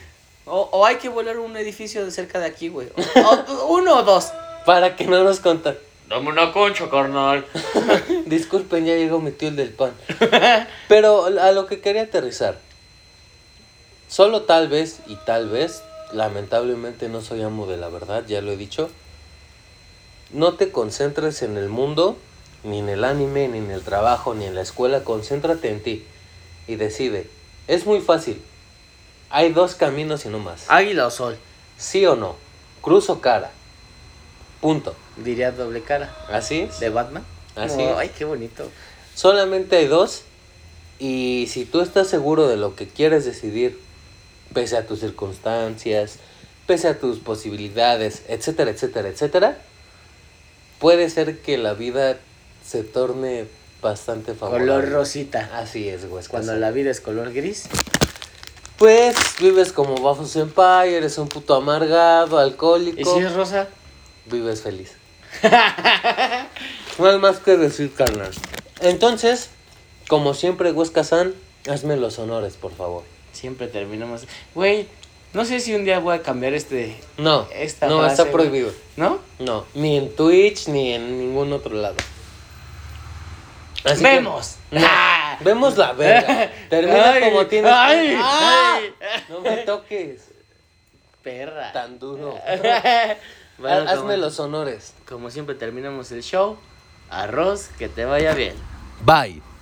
[SPEAKER 2] O, o hay que volar un edificio de cerca de aquí, güey. O- o- uno o dos.
[SPEAKER 1] Para que no nos contan.
[SPEAKER 2] Dame una concha, carnal.
[SPEAKER 1] Disculpen, ya llegó mi tío el del pan. Pero a lo que quería aterrizar. Solo tal vez y tal vez, lamentablemente no soy amo de la verdad, ya lo he dicho. No te concentres en el mundo, ni en el anime, ni en el trabajo, ni en la escuela. Concéntrate en ti y decide. Es muy fácil. Hay dos caminos y no más.
[SPEAKER 2] Águila o sol,
[SPEAKER 1] Sí o no. Cruz o cara. Punto.
[SPEAKER 2] diría doble cara.
[SPEAKER 1] Así es.
[SPEAKER 2] ¿De Batman?
[SPEAKER 1] Así
[SPEAKER 2] No,
[SPEAKER 1] es.
[SPEAKER 2] Ay, qué bonito.
[SPEAKER 1] Solamente hay dos. Y si tú estás seguro de lo que quieres decidir, pese a tus circunstancias, pese a tus posibilidades, etcétera, etcétera, etcétera, puede ser que la vida se torne bastante favorable.
[SPEAKER 2] Color rosita.
[SPEAKER 1] Así es, güey. es
[SPEAKER 2] Cuando
[SPEAKER 1] cosa-
[SPEAKER 2] la vida es color gris.
[SPEAKER 1] Pues vives como Bafo Senpai, eres un puto amargado, alcohólico.
[SPEAKER 2] ¿Y si es rosa?
[SPEAKER 1] Vives feliz. no hay más que decir, carnal. Entonces, como siempre, Huesca San, hazme los honores, por favor.
[SPEAKER 2] Siempre terminamos. Güey, no sé si un día voy a cambiar este.
[SPEAKER 1] No,
[SPEAKER 2] Esta
[SPEAKER 1] no,
[SPEAKER 2] frase,
[SPEAKER 1] está prohibido.
[SPEAKER 2] ¿No?
[SPEAKER 1] No, ni en Twitch, ni en ningún otro lado. Así que-
[SPEAKER 2] ¡Vemos!
[SPEAKER 1] No, vemos la verga. Termina
[SPEAKER 2] Ay,
[SPEAKER 1] como tienes. que-
[SPEAKER 2] ay,
[SPEAKER 1] ¡Ah!
[SPEAKER 2] ay.
[SPEAKER 1] No me toques
[SPEAKER 2] Perra.
[SPEAKER 1] tan duro.
[SPEAKER 2] Bueno,
[SPEAKER 1] Ha- hazme
[SPEAKER 2] como-
[SPEAKER 1] los honores.
[SPEAKER 2] Como siempre terminamos el show. Arroz, que te vaya bien.
[SPEAKER 1] Bye.